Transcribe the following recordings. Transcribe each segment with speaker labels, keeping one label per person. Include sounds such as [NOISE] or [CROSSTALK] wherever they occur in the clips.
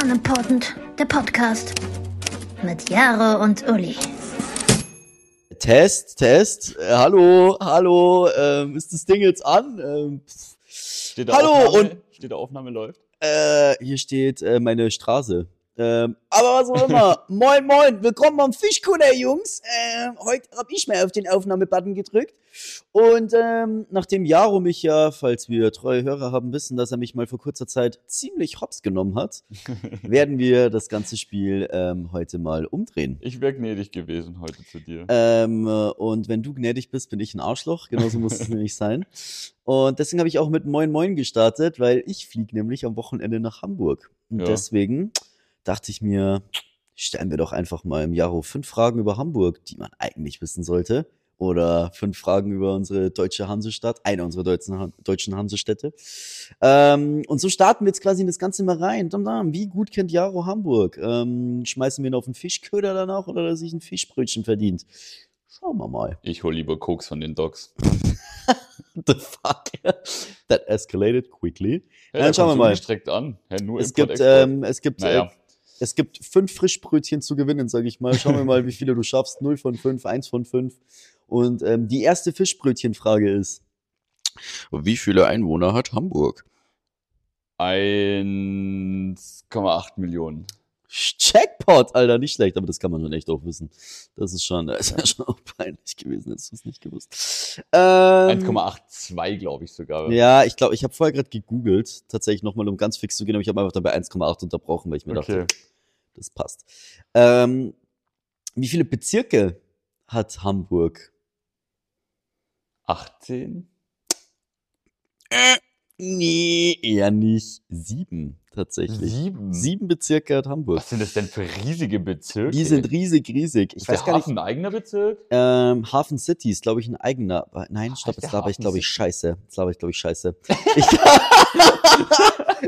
Speaker 1: Unimportant, der Podcast mit Jaro und Uli.
Speaker 2: Test, Test. Äh, hallo, hallo. Ähm, ist das Ding jetzt an? Ähm, pff.
Speaker 3: Steht da ne?
Speaker 2: Hallo
Speaker 3: Aufnahme,
Speaker 2: und-
Speaker 3: steht da Aufnahme läuft.
Speaker 2: äh, hier steht äh, meine Straße. Ähm, aber was auch
Speaker 3: [LAUGHS]
Speaker 2: immer. moin, moin. Willkommen am Fischkutter, Jungs. Ähm, heute hab ich mal auf den Aufnahmebutton gedrückt. Und ähm, nachdem Jaro mich ja, falls wir treue Hörer haben, wissen, dass er mich mal vor kurzer Zeit ziemlich hops genommen
Speaker 3: [LAUGHS]
Speaker 2: hat, werden wir das ganze Spiel ähm, heute mal umdrehen.
Speaker 3: Ich wäre gnädig gewesen heute zu dir.
Speaker 2: Ähm, äh, und wenn du gnädig bist, bin ich ein Arschloch. Genauso muss es nämlich sein. Und deswegen habe ich auch mit Moin Moin gestartet, weil ich fliege nämlich am Wochenende nach Hamburg. Und
Speaker 3: Ja.
Speaker 2: deswegen dachte ich mir, stellen wir doch einfach mal im Jaro fünf Fragen über Hamburg, die man eigentlich wissen sollte. Oder fünf Fragen über unsere deutsche Hansestadt, eine unserer deutschen, Han- deutschen Hansestädte. Ähm, und so starten wir jetzt quasi in das Ganze mal rein. Dam, dam, wie gut kennt Jaro Hamburg? Ähm, schmeißen wir ihn auf einen Fischköder danach oder dass sich ein Fischbrötchen verdient? Schauen wir mal.
Speaker 3: Ich hol lieber Koks von den Docs.
Speaker 2: The fuck? [LAUGHS] That escalated quickly.
Speaker 3: Hey,
Speaker 2: Ja,
Speaker 3: da
Speaker 2: schauen wir
Speaker 3: kommt's
Speaker 2: mal.
Speaker 3: ungestreckt an. Hey, nur
Speaker 2: Es
Speaker 3: Import,
Speaker 2: gibt,
Speaker 3: Export.
Speaker 2: ähm, es gibt, äh,
Speaker 3: naja,
Speaker 2: Es gibt fünf Frischbrötchen zu gewinnen, sage ich mal. Schauen wir mal, wie viele du schaffst. Null von fünf, eins von fünf. Und ähm, die erste Fischbrötchenfrage ist: Wie viele Einwohner hat Hamburg?
Speaker 3: 1,8 Millionen.
Speaker 2: Jackpot, Alter, nicht schlecht, aber das kann man schon echt auch wissen. Das ist schon, das ist ja schon auch peinlich gewesen, hättest du es nicht gewusst. Ähm,
Speaker 3: 1,82 glaube ich sogar.
Speaker 2: Ja, ich glaube, ich habe vorher gerade gegoogelt, tatsächlich nochmal, um ganz fix zu gehen, aber ich habe einfach dann bei 1,8 unterbrochen, weil ich mir dachte,
Speaker 3: okay.
Speaker 2: das passt. Ähm, wie viele Bezirke hat Hamburg?
Speaker 3: 18?
Speaker 2: Nee, eher nicht. Sieben, tatsächlich.
Speaker 3: Sieben?
Speaker 2: Sieben Bezirke hat Hamburg.
Speaker 3: Was sind das denn für riesige Bezirke?
Speaker 2: Die sind riesig, riezig. Ich
Speaker 3: Ist
Speaker 2: weiß
Speaker 3: der
Speaker 2: gar
Speaker 3: Hafen
Speaker 2: nicht.
Speaker 3: ein eigener Bezirk?
Speaker 2: Ähm, Hafen City ist, glaube ich, ein eigener. aber Nein, stopp,
Speaker 3: heißt
Speaker 2: jetzt
Speaker 3: der
Speaker 2: laber ich,
Speaker 3: Hafen
Speaker 2: glaube ich,
Speaker 3: City?
Speaker 2: scheiße. Jetzt laber ich, glaube ich,
Speaker 3: [LAUGHS]
Speaker 2: scheiße. Ich,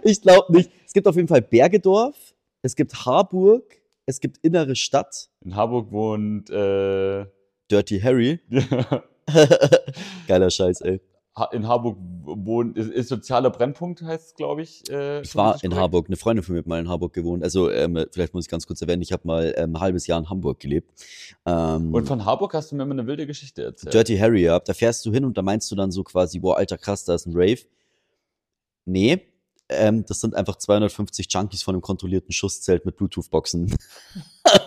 Speaker 2: ich glaube nicht. Es gibt auf jeden Fall Bergedorf, es gibt Harburg, es gibt Innere Stadt,
Speaker 3: In Harburg wohnt äh, [LAUGHS]
Speaker 2: Dirty Harry. [LAUGHS] Geiler Scheiß, ey.
Speaker 3: Ha- in Harburg wohnt ist, ist sozialer Brennpunkt heißt es, glaube ich. Äh,
Speaker 2: Ich war
Speaker 3: politisch
Speaker 2: in
Speaker 3: korrekt.
Speaker 2: Harburg. Eine Freundin von mir hat mal in Harburg gewohnt. Also ähm, vielleicht muss ich ganz kurz erwähnen, ich habe mal ähm, ein halbes Jahr in Hamburg gelebt. Ähm,
Speaker 3: Und äh? von Harburg hast du mir immer eine wilde Geschichte erzählt.
Speaker 2: Dirty Harry, ja. Da fährst du hin und da meinst du dann so quasi, boah, alter krass, da ist ein Rave. Nee, ähm, das sind einfach 250 Junkies von einem kontrollierten Schusszelt mit Bluetooth-Boxen. [LAUGHS]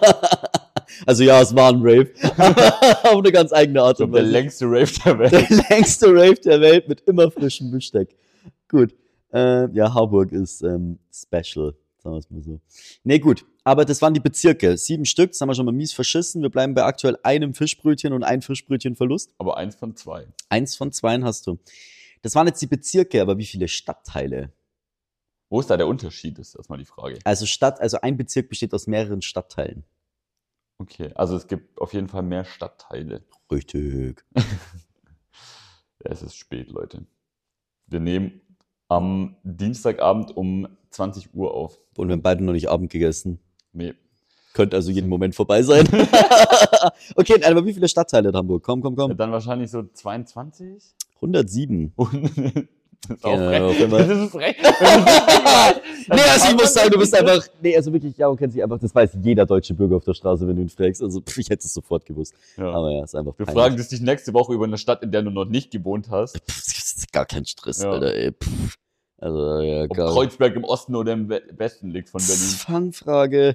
Speaker 2: also ja, es war ein Rave. [LAUGHS] Auf eine ganz eigene Art
Speaker 3: So,
Speaker 2: und
Speaker 3: Also, der
Speaker 2: Weise.
Speaker 3: längste Rave der
Speaker 2: [LAUGHS]
Speaker 3: Welt.
Speaker 2: Der längste Rave der Welt mit immer frischem Besteck. Gut. Ähm, ja, Harburg ist ähm, special, sagen wir es mal so. Nee, gut. Aber das waren die Bezirke. Sieben Stück, das haben wir schon mal mies verschissen. Wir bleiben bei aktuell einem Fischbrötchen und ein Fischbrötchenverlust.
Speaker 3: Aber eins von zwei.
Speaker 2: Eins von zweien hast du. Das waren jetzt die Bezirke, aber wie viele Stadtteile?
Speaker 3: Wo ist da der Unterschied, ist erstmal die Frage.
Speaker 2: Also Stadt, also ein Bezirk besteht aus mehreren Stadtteilen.
Speaker 3: Okay, also es gibt auf jeden Fall mehr Stadtteile.
Speaker 2: Richtig.
Speaker 3: Es ist spät, Leute. Wir nehmen am Dienstagabend um 20 Uhr auf.
Speaker 2: Und wir haben beide noch nicht Abend gegessen.
Speaker 3: Nee,
Speaker 2: Könnte also jeden Moment vorbei sein. [LAUGHS] okay, aber wie viele Stadtteile hat Hamburg? Komm, komm, komm.
Speaker 3: dann wahrscheinlich so 22.
Speaker 2: 107.
Speaker 3: [LAUGHS] Und das ist auch
Speaker 2: Genau, auf [LAUGHS]
Speaker 3: frech.
Speaker 2: einmal.
Speaker 3: Das ist frech. Das ist frech.
Speaker 2: Nee, also ich muss sagen, du
Speaker 3: [LAUGHS]
Speaker 2: bist einfach. Nee, also wirklich, Jaro kennt sich einfach. Das weiß jeder deutsche Bürger auf der Straße, wenn du ihn fragst. Also pff, ich hätte es sofort gewusst.
Speaker 3: Ja.
Speaker 2: Aber ja, ist einfach.
Speaker 3: Wir
Speaker 2: peinlich.
Speaker 3: fragen dich nächste Woche über eine Stadt, in der du noch nicht gewohnt hast.
Speaker 2: Pff, es ist gar kein Stress,
Speaker 3: Ja.
Speaker 2: Alter, ey. Pff. Also, ja,
Speaker 3: Ob
Speaker 2: geil.
Speaker 3: Kreuzberg im Osten oder im We- Westen liegt von Berlin.
Speaker 2: [LAUGHS] Pff,
Speaker 3: [LAUGHS]
Speaker 2: Fangfrage.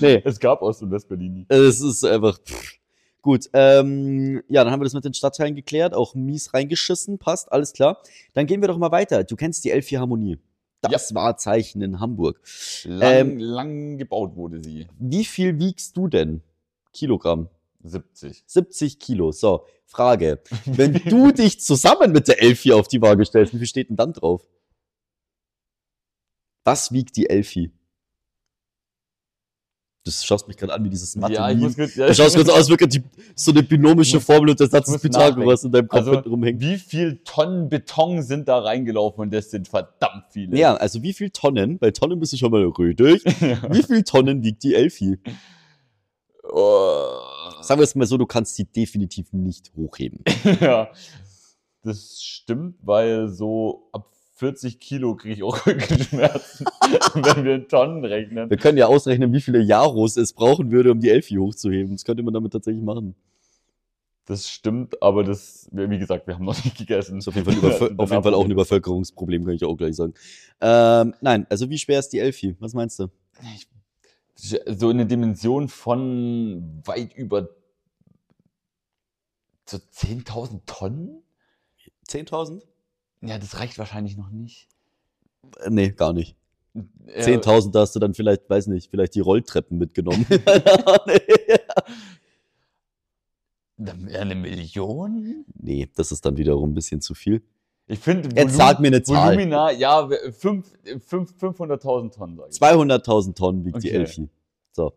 Speaker 2: nee,
Speaker 3: Es gab Ost- und West-Berlin nie.
Speaker 2: es ist einfach. Pff. Gut, ähm, ja, dann haben wir das mit den Stadtteilen geklärt, auch mies reingeschissen, passt, alles klar. Dann gehen wir doch mal weiter. Du kennst die L4 Harmonie. Das Wahrzeichen in Hamburg.
Speaker 3: Lang,
Speaker 2: Ähm,
Speaker 3: lang gebaut wurde sie.
Speaker 2: Wie viel wiegst du denn? Kilogramm.
Speaker 3: 70.
Speaker 2: 70 Kilo. So, Frage. Wenn
Speaker 3: [LAUGHS]
Speaker 2: du dich zusammen mit der Elfi auf die Waage stellst, wie viel steht denn dann drauf? Was wiegt die Elfi? Du schaust mich gerade an wie dieses mathe
Speaker 3: ja, ich muss kurz, ja,
Speaker 2: Du schaust
Speaker 3: [LAUGHS]
Speaker 2: gerade so aus, wirklich die, so eine binomische
Speaker 3: Muss-
Speaker 2: Formel und der Satz des
Speaker 3: muss
Speaker 2: Pythagoras in deinem Kopf
Speaker 3: Also,
Speaker 2: rumhängt.
Speaker 3: Wie viel Tonnen Beton sind da reingelaufen? Und das sind verdammt viele.
Speaker 2: Ja, also wie viel Tonnen, bei Tonnen bist du schon mal
Speaker 3: [LAUGHS]
Speaker 2: rötig, wie viel Tonnen wiegt die Elfi?
Speaker 3: Äh. Oh. [LAUGHS]
Speaker 2: Sagen wir es mal so, du kannst sie definitiv nicht hochheben.
Speaker 3: ja. Das stimmt, weil so ab 40 Kilo kriege ich auch [LAUGHS] Rückenschmerzen, wenn wir in Tonnen rechnen.
Speaker 2: Wir können ja ausrechnen, wie viele Jaros es brauchen würde, um die Elfi hochzuheben. Das könnte man damit tatsächlich machen.
Speaker 3: Das stimmt, aber das, wie gesagt, wir haben noch nicht gegessen.
Speaker 2: Das ist auf jeden Fall, übervöl- auf jeden Fall auch ein Übervölkerungsproblem, kann ich auch gleich sagen. Ähm, nein, also wie schwer ist die Elfi? Was meinst du?
Speaker 3: so eine Dimension von weit über so 10.000 Tonnen?
Speaker 2: 10.000?
Speaker 3: Ja, das reicht wahrscheinlich noch nicht.
Speaker 2: Äh, nee, gar nicht.
Speaker 3: Äh,
Speaker 2: 10.000, da hast du dann vielleicht, weiß nicht, vielleicht die Rolltreppen mitgenommen. [LAUGHS]
Speaker 3: dann wäre Eine Million?
Speaker 2: nee, das ist dann wiederum ein bisschen zu viel.
Speaker 3: Ich finde,
Speaker 2: Jetzt sag mir eine Zahl.
Speaker 3: Volumina, ja, w- fünf- fünf- 500.000 Tonnen, sag ich.
Speaker 2: 200.000 Tonnen wiegt die
Speaker 3: Okay.
Speaker 2: Elfi. So.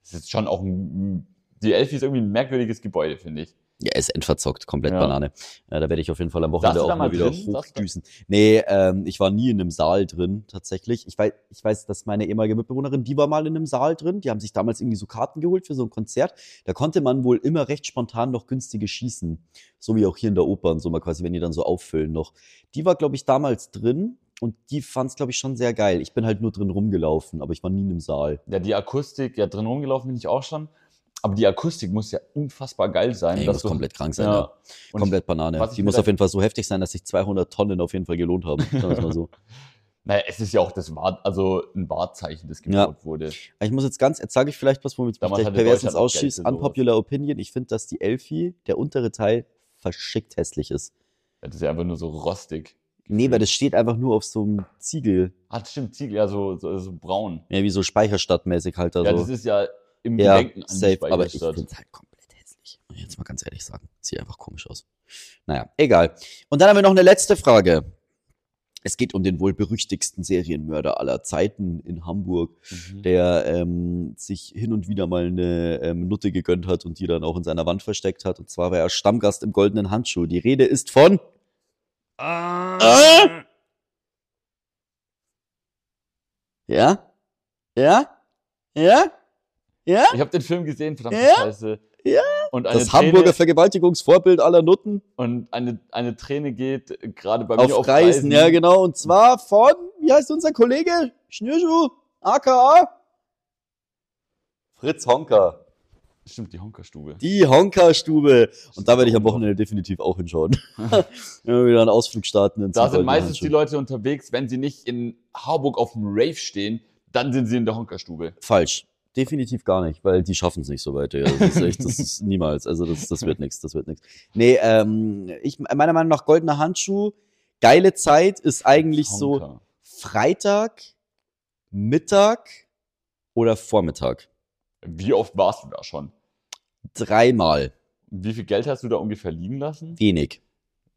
Speaker 3: Das ist schon auch ein, die Elfi ist irgendwie ein merkwürdiges Gebäude, finde ich.
Speaker 2: Ja, ist entverzockt, komplett
Speaker 3: Ja.
Speaker 2: Banane. Ja, da werde ich auf jeden Fall am
Speaker 3: Warst
Speaker 2: Wochenende
Speaker 3: du da
Speaker 2: auch
Speaker 3: mal
Speaker 2: mal wieder
Speaker 3: drin? Warst du da-
Speaker 2: hochdüsen. Nee, ähm, ich war nie in einem Saal drin, tatsächlich. Ich weiß, ich weiß, dass meine ehemalige Mitbewohnerin, die war mal in einem Saal drin. Die haben sich damals irgendwie so Karten geholt für so ein Konzert. Da konnte man wohl immer recht spontan noch günstige schießen. So wie auch hier in der Oper und so mal quasi, wenn die dann so auffüllen noch. Die war, glaube ich, damals drin und die fand es, glaube ich, schon sehr geil. Ich bin halt nur drin rumgelaufen, aber ich war nie in einem Saal.
Speaker 3: Ja, die Akustik, ja, drin rumgelaufen bin ich auch schon. Aber die Akustik muss ja unfassbar geil sein.
Speaker 2: Nee,
Speaker 3: dass
Speaker 2: muss
Speaker 3: du-
Speaker 2: komplett krank sein. Ja.
Speaker 3: ja. Und
Speaker 2: Komplett Banane.
Speaker 3: was ich
Speaker 2: Die
Speaker 3: mir
Speaker 2: muss
Speaker 3: da-
Speaker 2: auf jeden Fall so heftig sein, dass sich 200 Tonnen auf jeden Fall gelohnt haben. Sagen wir's mal
Speaker 3: [LAUGHS]
Speaker 2: so.
Speaker 3: Naja, es ist ja auch das Wahrt, also ein Wahrzeichen, das
Speaker 2: Ja.
Speaker 3: gebaut wurde.
Speaker 2: Ich muss jetzt ganz, jetzt sage ich vielleicht was, womit ich mich
Speaker 3: Damals
Speaker 2: gleich
Speaker 3: hatte
Speaker 2: pervers ins
Speaker 3: Deutschland halt auch Geld
Speaker 2: Ausschieß.
Speaker 3: für sowas.
Speaker 2: Unpopular Opinion. Ich finde, dass die Elfi, der untere Teil, verschickt hässlich ist.
Speaker 3: Ja, Das ist ja einfach nur so rostig.
Speaker 2: Nee,
Speaker 3: Mhm.
Speaker 2: weil das steht einfach nur auf so einem Ziegel.
Speaker 3: Ah, das stimmt, Ziegel, ja, so, so, so braun.
Speaker 2: Ja, wie so Speicherstadtmäßig halt. Also.
Speaker 3: Ja, das ist ja im
Speaker 2: Ja,
Speaker 3: Gedenken an die
Speaker 2: safe, aber ich
Speaker 3: Speicherstadt.
Speaker 2: finde es halt komplett hässlich. Muss ich jetzt mal ganz ehrlich sagen. Sieht einfach komisch aus. Naja, egal. Und dann haben wir noch eine letzte Frage. Es geht um den wohl berüchtigsten Serienmörder aller Zeiten in Hamburg,
Speaker 3: Mhm.
Speaker 2: der ähm, sich hin und wieder mal eine ähm, Nutte gegönnt hat und die dann auch in seiner Wand versteckt hat. Und zwar war er Stammgast im Goldenen Handschuh. Die Rede ist von Ah! Ja? Ja? Ja? Ja?
Speaker 3: Ich habe den Film gesehen, verdammte
Speaker 2: Ja?
Speaker 3: Scheiße.
Speaker 2: Ja?
Speaker 3: Und eine
Speaker 2: Das
Speaker 3: Träne,
Speaker 2: Hamburger Vergewaltigungsvorbild aller Nutten.
Speaker 3: und eine, eine Träne geht äh, gerade bei mir
Speaker 2: auf
Speaker 3: auf
Speaker 2: Reisen, ja genau. Und zwar von, wie heißt unser Kollege? Schnürschuh, aka? Fritz Honker.
Speaker 3: Stimmt, die Honkerstube.
Speaker 2: Die Honkerstube. Und
Speaker 3: Stimmt,
Speaker 2: da werde ich am
Speaker 3: auch noch.
Speaker 2: Wochenende definitiv auch
Speaker 3: [LAUGHS]
Speaker 2: hinschauen. Wenn wir wieder einen Ausflug starten. ins
Speaker 3: Da sind
Speaker 2: goldene
Speaker 3: meistens die
Speaker 2: Handschuh.
Speaker 3: Leute unterwegs, wenn sie nicht in Harburg auf dem Rave stehen, dann sind sie in der Honkerstube.
Speaker 2: Falsch. Definitiv gar nicht, weil die schaffen es nicht so weit. Ja. Das ist echt, das ist niemals. Also das, das wird nichts, das wird nichts. Nee, ähm, ich, meiner Meinung nach goldener Handschuh, geile Zeit ist eigentlich so
Speaker 3: Honker.
Speaker 2: Freitag, Mittag oder Vormittag.
Speaker 3: Wie oft warst du da schon?
Speaker 2: Dreimal
Speaker 3: Wie viel Geld hast du da ungefähr liegen lassen?
Speaker 2: wenig.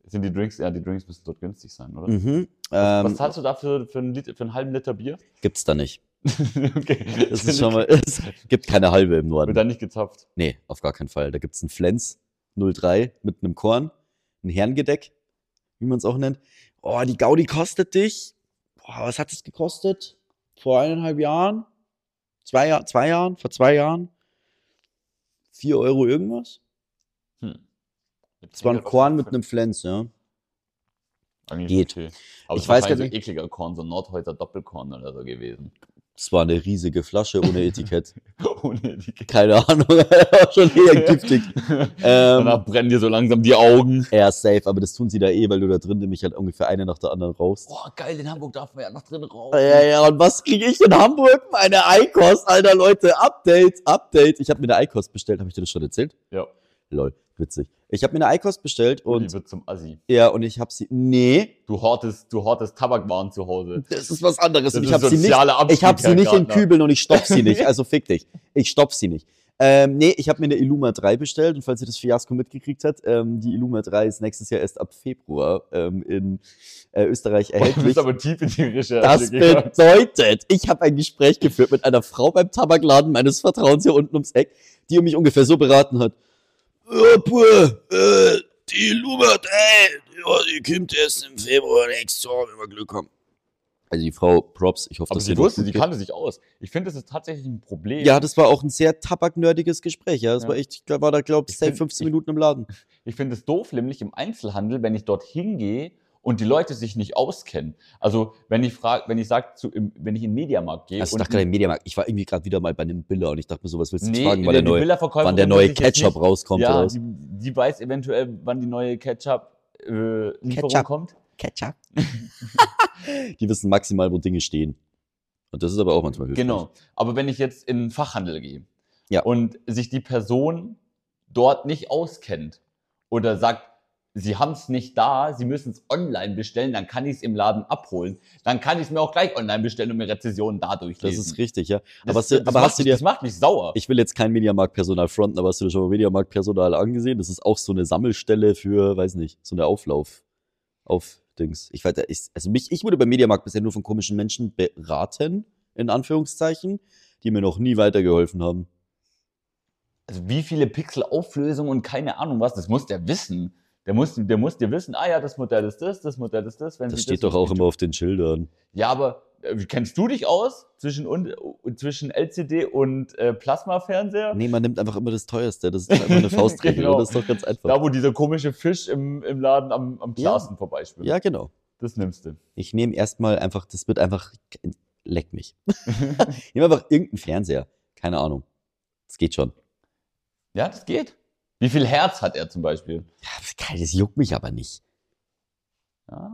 Speaker 3: Sind die Drinks, ja, die Drinks müssen dort günstig sein, oder?
Speaker 2: Mhm. Ähm,
Speaker 3: Was zahlst du da für, für, einen, Liter, für einen halben
Speaker 2: [LAUGHS]
Speaker 3: Liter Bier?
Speaker 2: gibt's da
Speaker 3: [LAUGHS]
Speaker 2: nicht.
Speaker 3: okay.
Speaker 2: Das ist schon mal, [LAUGHS] es gibt keine halbe im
Speaker 3: Wird
Speaker 2: Norden.
Speaker 3: da nicht gezapft.
Speaker 2: Nee, auf gar keinen Fall. Da gibt's einen Flens 03 mit einem Korn, ein Herrengedeck, wie man es auch nennt. Oh, die Gaudi kostet dich. Boah, was hat es gekostet? Vor eineinhalb Jahren? Zwei, Jahr- zwei Jahren? Vor zwei Jahren? Vier Euro irgendwas?
Speaker 3: Hm.
Speaker 2: Es war ein Korn mit einem Flens, ja.
Speaker 3: Eigentlich
Speaker 2: Geht.
Speaker 3: Okay. Aber
Speaker 2: Ich
Speaker 3: ich
Speaker 2: weiß
Speaker 3: weiß gar
Speaker 2: gar
Speaker 3: nicht. So ekliger Korn, so ein Nordhäuser Doppelkorn oder so gewesen. [LAUGHS]
Speaker 2: Es war eine riesige Flasche ohne Etikett. [LAUGHS]
Speaker 3: Ohne die
Speaker 2: Keine Ahnung, [LAUGHS] war schon
Speaker 3: [LAUGHS]
Speaker 2: eher giftig. Ähm.
Speaker 3: Danach brennen dir so langsam die Augen.
Speaker 2: Ja, safe, aber das tun sie da eh, weil du da drin nämlich halt ungefähr eine nach der anderen rauchst.
Speaker 3: Boah, geil, in Hamburg darf man ja noch drin rauchen.
Speaker 2: Ja, ja, und was kriege ich in Hamburg? Meine ICOS, alter Leute. Update, Update. Ich habe mir eine ICOS bestellt. Habe ich dir das schon erzählt?
Speaker 3: Ja.
Speaker 2: Lol, witzig. Ich habe mir eine ICOS bestellt
Speaker 3: Und die
Speaker 2: und
Speaker 3: wird zum Assi.
Speaker 2: ja, und ich habe sie. Nee,
Speaker 3: Du hortest, du hortest Tabakwaren zu Hause.
Speaker 2: das ist was anderes.
Speaker 3: Das
Speaker 2: und
Speaker 3: ist
Speaker 2: ich habe sie nicht,
Speaker 3: soziale ne? Abstieg,
Speaker 2: ich hab sie
Speaker 3: Herr
Speaker 2: nicht in
Speaker 3: Gardner.
Speaker 2: Kübeln und ich stopp sie
Speaker 3: [LAUGHS]
Speaker 2: nicht. Also fick dich. Ich stopp sie nicht. Ähm, nee, ich habe mir eine Illuma 3 bestellt und falls ihr das Fiasko mitgekriegt habt, ähm, die Illuma 3 ist nächstes Jahr erst ab Februar ähm, in äh, Österreich
Speaker 3: Boah, du
Speaker 2: erhältlich.
Speaker 3: bist aber tief in die Recherche
Speaker 2: Das
Speaker 3: gegangen.
Speaker 2: bedeutet, ich habe ein Gespräch geführt mit einer Frau beim Tabakladen meines Vertrauens hier unten ums Eck, die mich ungefähr so beraten hat. "Ja, Bur, äh, die Lubert, ey, ja, die kommt erst im Februar nächstes Jahr, wenn wir Glück haben. Also die Frau, Props, ich hoffe,
Speaker 3: Aber
Speaker 2: dass
Speaker 3: sie
Speaker 2: ihr noch
Speaker 3: wusste,
Speaker 2: gut
Speaker 3: sie
Speaker 2: geht.
Speaker 3: kannte sich aus. Ich finde, das ist tatsächlich ein Problem.
Speaker 2: Ja, das war auch ein sehr tabaknerdiges Gespräch, ja. Das
Speaker 3: Ja.
Speaker 2: war echt, ich glaub, war da, glaube ich,
Speaker 3: Ich
Speaker 2: safe
Speaker 3: bin-
Speaker 2: 15
Speaker 3: ich-
Speaker 2: Minuten im Laden.
Speaker 3: Ich finde es doof, nämlich im Einzelhandel, wenn ich dort hingehe und die Leute sich nicht auskennen. Also wenn ich frage, wenn ich sag, zu, im, wenn ich in den Mediamarkt gehe
Speaker 2: Also ich
Speaker 3: und
Speaker 2: dachte gerade im Mediamarkt, ich war irgendwie gerade wieder mal bei einem Biller und ich dachte mir so, was willst du jetzt
Speaker 3: Nee,
Speaker 2: fragen,
Speaker 3: der-
Speaker 2: wann der
Speaker 3: die
Speaker 2: neue,
Speaker 3: Bilderverkäuferin
Speaker 2: wann der
Speaker 3: weiß
Speaker 2: neue
Speaker 3: ich jetzt
Speaker 2: Ketchup
Speaker 3: nicht.
Speaker 2: rauskommt
Speaker 3: ja,
Speaker 2: oder was?
Speaker 3: Die, die weiß eventuell, wann die neue Ketchup-Lieferung äh, Lieferung
Speaker 2: Ketchup.
Speaker 3: kommt.
Speaker 2: Ketchup. die wissen maximal, wo Dinge stehen. Und das ist aber auch manchmal hilfreich.
Speaker 3: Genau. Aber wenn ich jetzt in den Fachhandel gehe
Speaker 2: Ja.
Speaker 3: und sich die Person dort nicht auskennt oder sagt, sie haben es nicht da, sie müssen es online bestellen, dann kann ich es im Laden abholen. Dann kann ich es mir auch gleich online bestellen und mir Rezessionen dadurch
Speaker 2: Das
Speaker 3: lesen.
Speaker 2: ist richtig, ja.
Speaker 3: Das,
Speaker 2: aber hast du-
Speaker 3: das,
Speaker 2: aber
Speaker 3: macht,
Speaker 2: hast du
Speaker 3: mich-
Speaker 2: dir-
Speaker 3: das macht mich sauer.
Speaker 2: Ich will jetzt kein Mediamarkt-Personal fronten, aber hast du dir schon mal Mediamarkt-Personal angesehen? Das ist auch so eine Sammelstelle für, weiß nicht, so eine Auflauf. Auf Dings. Ich weiß, ich, also mich, ich wurde beim Mediamarkt bisher nur von komischen Menschen beraten, in Anführungszeichen, die mir noch nie weitergeholfen haben.
Speaker 3: also wie viele Pixel Auflösung und keine Ahnung was, das muss der wissen. Der muss, der muss dir wissen, ah ja, das Modell ist das, das Modell ist das. Wenn
Speaker 2: Das
Speaker 3: Sie
Speaker 2: steht doch auch immer auf den Schildern.
Speaker 3: Ja, aber äh, wie kennst du dich aus zwischen, und, zwischen LCD und äh, Plasma-Fernseher?
Speaker 2: Nee, man nimmt einfach immer das teuerste. Das ist einfach
Speaker 3: [LAUGHS]
Speaker 2: eine Faustregel.
Speaker 3: Genau.
Speaker 2: Und Das ist doch ganz einfach.
Speaker 3: Da, wo dieser komische Fisch im, im Laden am, am
Speaker 2: Ja.
Speaker 3: Blasen vorbeischwimmt.
Speaker 2: ja, genau.
Speaker 3: Das nimmst du.
Speaker 2: Ich nehme erstmal einfach, das wird einfach, leck mich. [LAUGHS] ich nehme einfach irgendeinen Fernseher. Keine Ahnung. Das geht schon.
Speaker 3: Ja, das geht. Wie viel Herz hat er zum Beispiel?
Speaker 2: Ja, das- geil, das juckt mich aber nicht.
Speaker 3: Ah,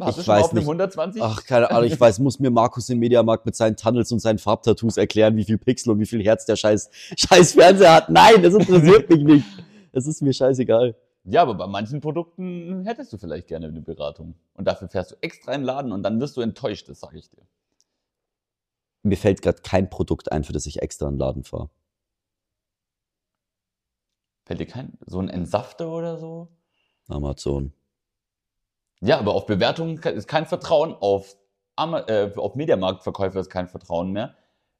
Speaker 3: hast du
Speaker 2: Ich
Speaker 3: schon mal
Speaker 2: weiß
Speaker 3: auf einem
Speaker 2: nicht.
Speaker 3: 120?
Speaker 2: Ach, keine Ahnung, ich weiß, muss mir Markus im Mediamarkt mit seinen Tunnels und seinen Farbtattoos erklären, wie viel Pixel und wie viel Herz der scheiß, scheiß Fernseher hat. Nein, das interessiert mich nicht. Es ist mir scheißegal.
Speaker 3: Ja, aber bei manchen Produkten hättest du vielleicht gerne eine Beratung. Und dafür fährst du extra in den Laden und dann wirst du enttäuscht, das sage ich dir.
Speaker 2: Mir fällt gerade kein Produkt ein, für das ich extra in den Laden fahre.
Speaker 3: Fällt dir kein, so ein Entsafter oder so?
Speaker 2: Amazon.
Speaker 3: Ja, aber auf Bewertungen ke- ist kein Vertrauen, auf, Ama äh, auf Mediamarktverkäufer ist kein Vertrauen mehr.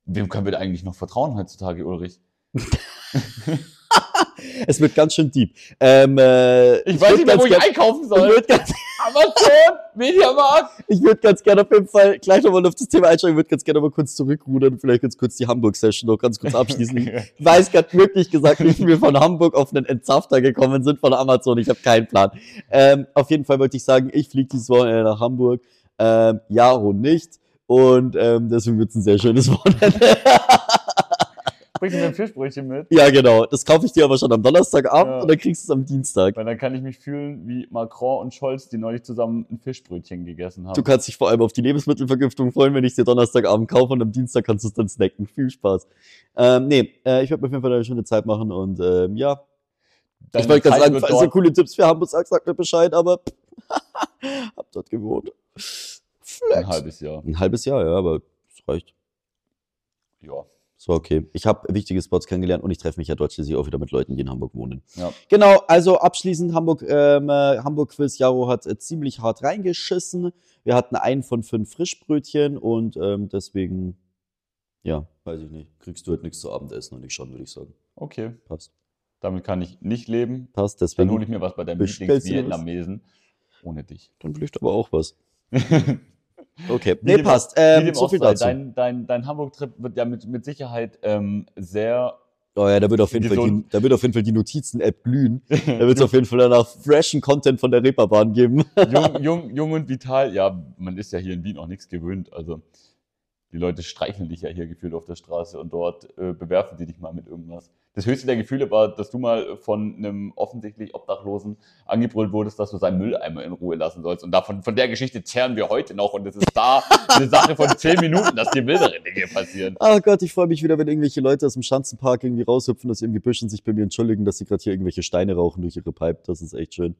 Speaker 3: Wem können wir da eigentlich noch vertrauen heutzutage, Ulrich?
Speaker 2: Es wird ganz schön deep. Ähm, äh,
Speaker 3: Ich weiß
Speaker 2: würd
Speaker 3: nicht mehr,
Speaker 2: ganz
Speaker 3: wo ich
Speaker 2: gern-
Speaker 3: einkaufen
Speaker 2: ich
Speaker 3: soll.
Speaker 2: würd ganz-
Speaker 3: Amazon, Mediamarkt.
Speaker 2: Ich würde ganz gerne auf jeden Fall gleich nochmal auf das Thema einsteigen. Ich würde ganz gerne mal kurz zurückrudern und vielleicht ganz kurz die Hamburg-Session noch ganz kurz
Speaker 3: [LAUGHS]
Speaker 2: abschließen. Ich weiß gerade wirklich gesagt nicht, wie wir von Hamburg auf einen Entsafter gekommen sind von Amazon. Ich habe keinen Plan. Ähm, auf jeden Fall wollte ich sagen, ich fliege dieses Wochenende nach Hamburg. Ähm, Jaro nicht. Und ähm, deswegen wird's ein sehr schönes Wochenende.
Speaker 3: Bringst du mir ein Fischbrötchen mit?
Speaker 2: ja, genau. Das kaufe ich dir aber schon am Donnerstagabend
Speaker 3: Ja.
Speaker 2: und dann kriegst du es am Dienstag.
Speaker 3: Weil dann kann ich mich fühlen wie Macron und Scholz, die neulich zusammen ein Fischbrötchen gegessen haben.
Speaker 2: Du kannst dich vor allem auf die Lebensmittelvergiftung freuen, wenn ich dir Donnerstagabend kaufe und am Dienstag kannst du es dann snacken. Viel Spaß. Ähm, nee, äh, ich werde mir auf jeden Fall eine schöne Zeit machen und ähm, ja.
Speaker 3: Deine
Speaker 2: ich wollte gerade
Speaker 3: Zeit
Speaker 2: sagen,
Speaker 3: wird
Speaker 2: falls ihr
Speaker 3: dort-
Speaker 2: coole Tipps für Hamburg sagt, sagt mir Bescheid, aber [LAUGHS] pff, hab dort gewohnt.
Speaker 3: ein
Speaker 2: Flex.
Speaker 3: halbes Jahr.
Speaker 2: Ein halbes Jahr, ja, aber es reicht.
Speaker 3: Ja.
Speaker 2: Es war okay. Ich habe wichtige Spots kennengelernt und ich treffe mich ja dort schließlich auch wieder mit Leuten, die in Hamburg wohnen.
Speaker 3: Ja.
Speaker 2: Genau, also abschließend Hamburg, ähm, äh, Hamburg-Quiz. Jaro hat äh, ziemlich hart reingeschissen. Wir hatten einen von fünf Frischbrötchen und ähm, deswegen, ja, weiß ich nicht. Kriegst du halt nichts zu Abendessen und ich schon, würde ich sagen.
Speaker 3: Okay.
Speaker 2: Passt.
Speaker 3: Damit kann ich nicht leben.
Speaker 2: Passt,
Speaker 3: Dann
Speaker 2: deswegen.
Speaker 3: hole ich mir was bei deinem
Speaker 2: Bestellst du dir
Speaker 3: Lieblings-Vietnamesen. Ohne [LAUGHS] dich.
Speaker 2: Dann will ich aber auch was. Okay,
Speaker 3: Wie
Speaker 2: nee,
Speaker 3: dem-
Speaker 2: passt.
Speaker 3: Wie
Speaker 2: Ähm,
Speaker 3: dem
Speaker 2: so
Speaker 3: auch
Speaker 2: viel
Speaker 3: sei,
Speaker 2: dazu.
Speaker 3: Dein, dein, dein Hamburg-Trip wird ja mit, mit Sicherheit ähm,
Speaker 2: [LAUGHS]
Speaker 3: sehr.
Speaker 2: Oh ja, da wird auf jeden Fall die,
Speaker 3: Gesund.
Speaker 2: da wird auf jeden Fall die Notizen-App [LAUGHS] glühen. Da wird es auf jeden Fall danach freshen Content von der Reeperbahn geben.
Speaker 3: jung, jung, jung und vital. Ja, man ist ja hier in Wien auch nichts gewöhnt. Also die Leute streicheln dich ja hier gefühlt auf der Straße und dort äh, bewerfen sie dich mal mit irgendwas. Das höchste der Gefühle war, dass du mal von einem offensichtlich Obdachlosen angebrüllt wurdest, dass du seinen Mülleimer in Ruhe lassen sollst. Und davon, von der Geschichte zerren wir heute noch. Und es ist da eine Sache von zehn Minuten, dass dir wildere Dinge passieren.
Speaker 2: Oh Gott, ich freue mich wieder, wenn irgendwelche Leute aus dem Schanzenpark irgendwie raushüpfen aus ihrem Gebüsch und sich bei mir entschuldigen, dass sie gerade hier irgendwelche Steine rauchen durch ihre Pipe. Das ist echt schön.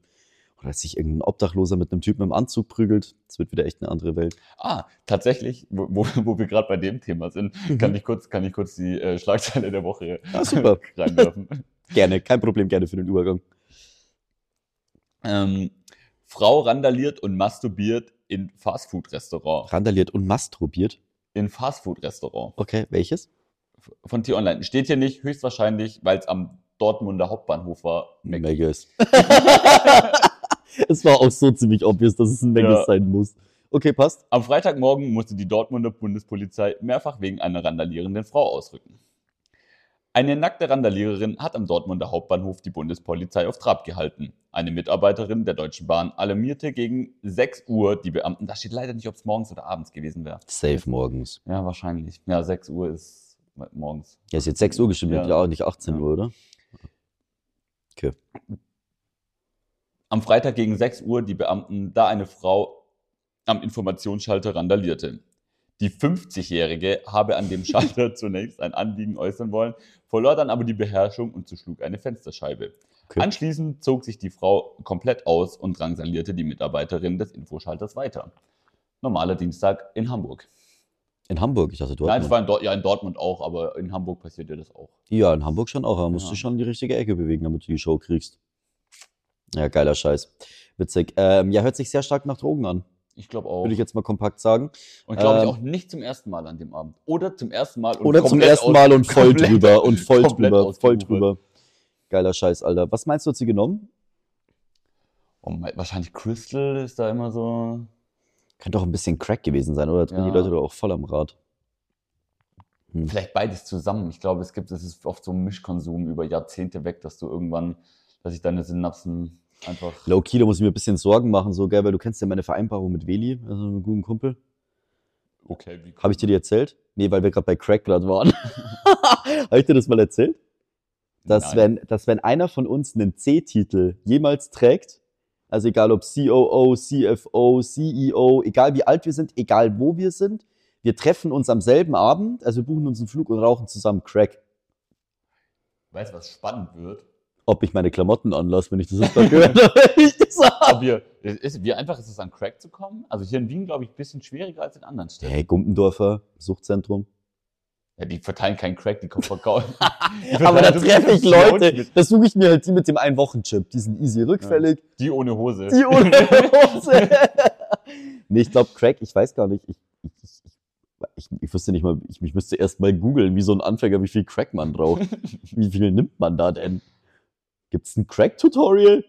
Speaker 2: Oder dass sich irgendein Obdachloser mit einem Typen im Anzug prügelt. Das wird wieder echt eine andere Welt.
Speaker 3: Ah, tatsächlich, wo, wo, wo wir gerade bei dem Thema sind, kann ich kurz, kann ich kurz die äh, Schlagzeile der Woche
Speaker 2: Mhm. Ah, super.
Speaker 3: [LAUGHS] reinwerfen.
Speaker 2: Gerne, kein Problem, gerne für den Übergang.
Speaker 3: Ähm, Frau randaliert und masturbiert in Fastfood-Restaurant.
Speaker 2: Randaliert und masturbiert.
Speaker 3: In Fastfood-Restaurant.
Speaker 2: Okay, welches?
Speaker 3: Von T-Online. Steht hier nicht, höchstwahrscheinlich, weil es am Dortmunder Hauptbahnhof war. Mac.
Speaker 2: Megas. [LAUGHS] es war auch so ziemlich obvious, dass es ein Megas
Speaker 3: Ja.
Speaker 2: sein muss. Okay, passt.
Speaker 3: Am Freitagmorgen musste die Dortmunder Bundespolizei mehrfach wegen einer randalierenden Frau ausrücken. Eine nackte Randaliererin hat am Dortmunder Hauptbahnhof die Bundespolizei auf Trab gehalten. Eine Mitarbeiterin der Deutschen Bahn alarmierte gegen 6 Uhr die Beamten. Da steht leider nicht, ob es morgens oder abends gewesen wäre.
Speaker 2: Safe morgens.
Speaker 3: Ja, wahrscheinlich. Ja, 6 Uhr ist morgens.
Speaker 2: Ja, ist jetzt 6 Uhr gestimmt,
Speaker 3: Ja.
Speaker 2: ja, auch nicht 18
Speaker 3: Ja.
Speaker 2: Uhr, oder?
Speaker 3: am Freitag gegen 6 Uhr die Beamten, da eine Frau am Informationsschalter randalierte. Die 50-Jährige habe an dem
Speaker 2: [LAUGHS]
Speaker 3: Schalter zunächst ein Anliegen äußern wollen, verlor dann aber die Beherrschung und zerschlug eine Fensterscheibe.
Speaker 2: Okay.
Speaker 3: Anschließend zog sich die Frau komplett aus und drangsalierte die Mitarbeiterin des Infoschalters weiter. Normaler Dienstag in Hamburg.
Speaker 2: In Hamburg, ich dachte, du
Speaker 3: Nein, es war in, Dort- ja, in Dortmund auch, aber in Hamburg passiert ja das auch.
Speaker 2: Ja, in Hamburg schon auch. Da musst
Speaker 3: Ja.
Speaker 2: du schon in die richtige Ecke bewegen, damit du die Show kriegst. Ja, geiler Scheiß. Witzig. Ähm, ja, hört sich sehr stark nach Drogen an,
Speaker 3: Ich glaube auch.
Speaker 2: würde ich jetzt mal kompakt sagen.
Speaker 3: und glaube ich
Speaker 2: ähm,
Speaker 3: auch nicht zum ersten Mal an dem Abend. Oder zum ersten Mal. und
Speaker 2: Oder zum
Speaker 3: komplett
Speaker 2: ersten
Speaker 3: aus-
Speaker 2: Mal und voll
Speaker 3: komplett-
Speaker 2: drüber
Speaker 3: [LAUGHS]
Speaker 2: und voll
Speaker 3: komplett
Speaker 2: drüber, voll
Speaker 3: ausgeufert.
Speaker 2: drüber. Geiler Scheiß, Alter. Was meinst du, hat sie genommen?
Speaker 3: Oh, mein- wahrscheinlich Crystal ist da immer so.
Speaker 2: Kann doch ein bisschen Crack gewesen sein, oder? Da drehen die
Speaker 3: Ja.
Speaker 2: Leute doch auch voll am Rad.
Speaker 3: Vielleicht beides zusammen. Ich glaube, es gibt, es ist oft so ein Mischkonsum über Jahrzehnte weg, dass du irgendwann, dass ich deine Synapsen einfach.
Speaker 2: Low Key, da muss ich mir ein bisschen Sorgen machen, so, gell, weil du kennst ja meine Vereinbarung mit Weli, also einem guten Kumpel.
Speaker 3: Okay, wie
Speaker 2: Habe ich dir die erzählt? Nee, weil wir gerade bei Crack gerade waren. [LAUGHS] Habe ich dir das mal erzählt? dass
Speaker 3: Nein.
Speaker 2: wenn, dass wenn einer von uns einen C-Titel jemals trägt, also egal ob COO, CFO, CEO, E egal wie alt wir sind, egal wo wir sind, wir treffen uns am selben Abend, also wir buchen uns einen Flug und rauchen zusammen Crack.
Speaker 3: Weißt du, was spannend wird?
Speaker 2: Ob ich meine Klamotten anlasse, wenn ich das jetzt [LAUGHS] mal gehört habe, wenn ich das sage.
Speaker 3: Ob Ah, wir, ist, wie einfach ist es, an Crack zu kommen? Also hier in Wien, glaube ich, ein bisschen schwieriger als in anderen Städten.
Speaker 2: Hey, Gumpendorfer, Suchtzentrum.
Speaker 3: Ja, die verteilen keinen Crack, die kommen [LAUGHS] verkaufen.
Speaker 2: Aber da treffe [LAUGHS] ich Leute. Da suche ich mir halt die mit dem einen Wochenchip. Die sind easy rückfällig.
Speaker 3: Die ohne Hose.
Speaker 2: Die ohne Hose. [LAUGHS] nee, ich glaube, Crack, ich weiß gar nicht. Ich, ich, ich, ich, ich wüsste nicht mal, ich, ich müsste erst mal googeln, wie so ein Anfänger, wie viel Crack man
Speaker 3: [LAUGHS]
Speaker 2: braucht. wie viel nimmt man da denn? Gibt's ein Crack-Tutorial?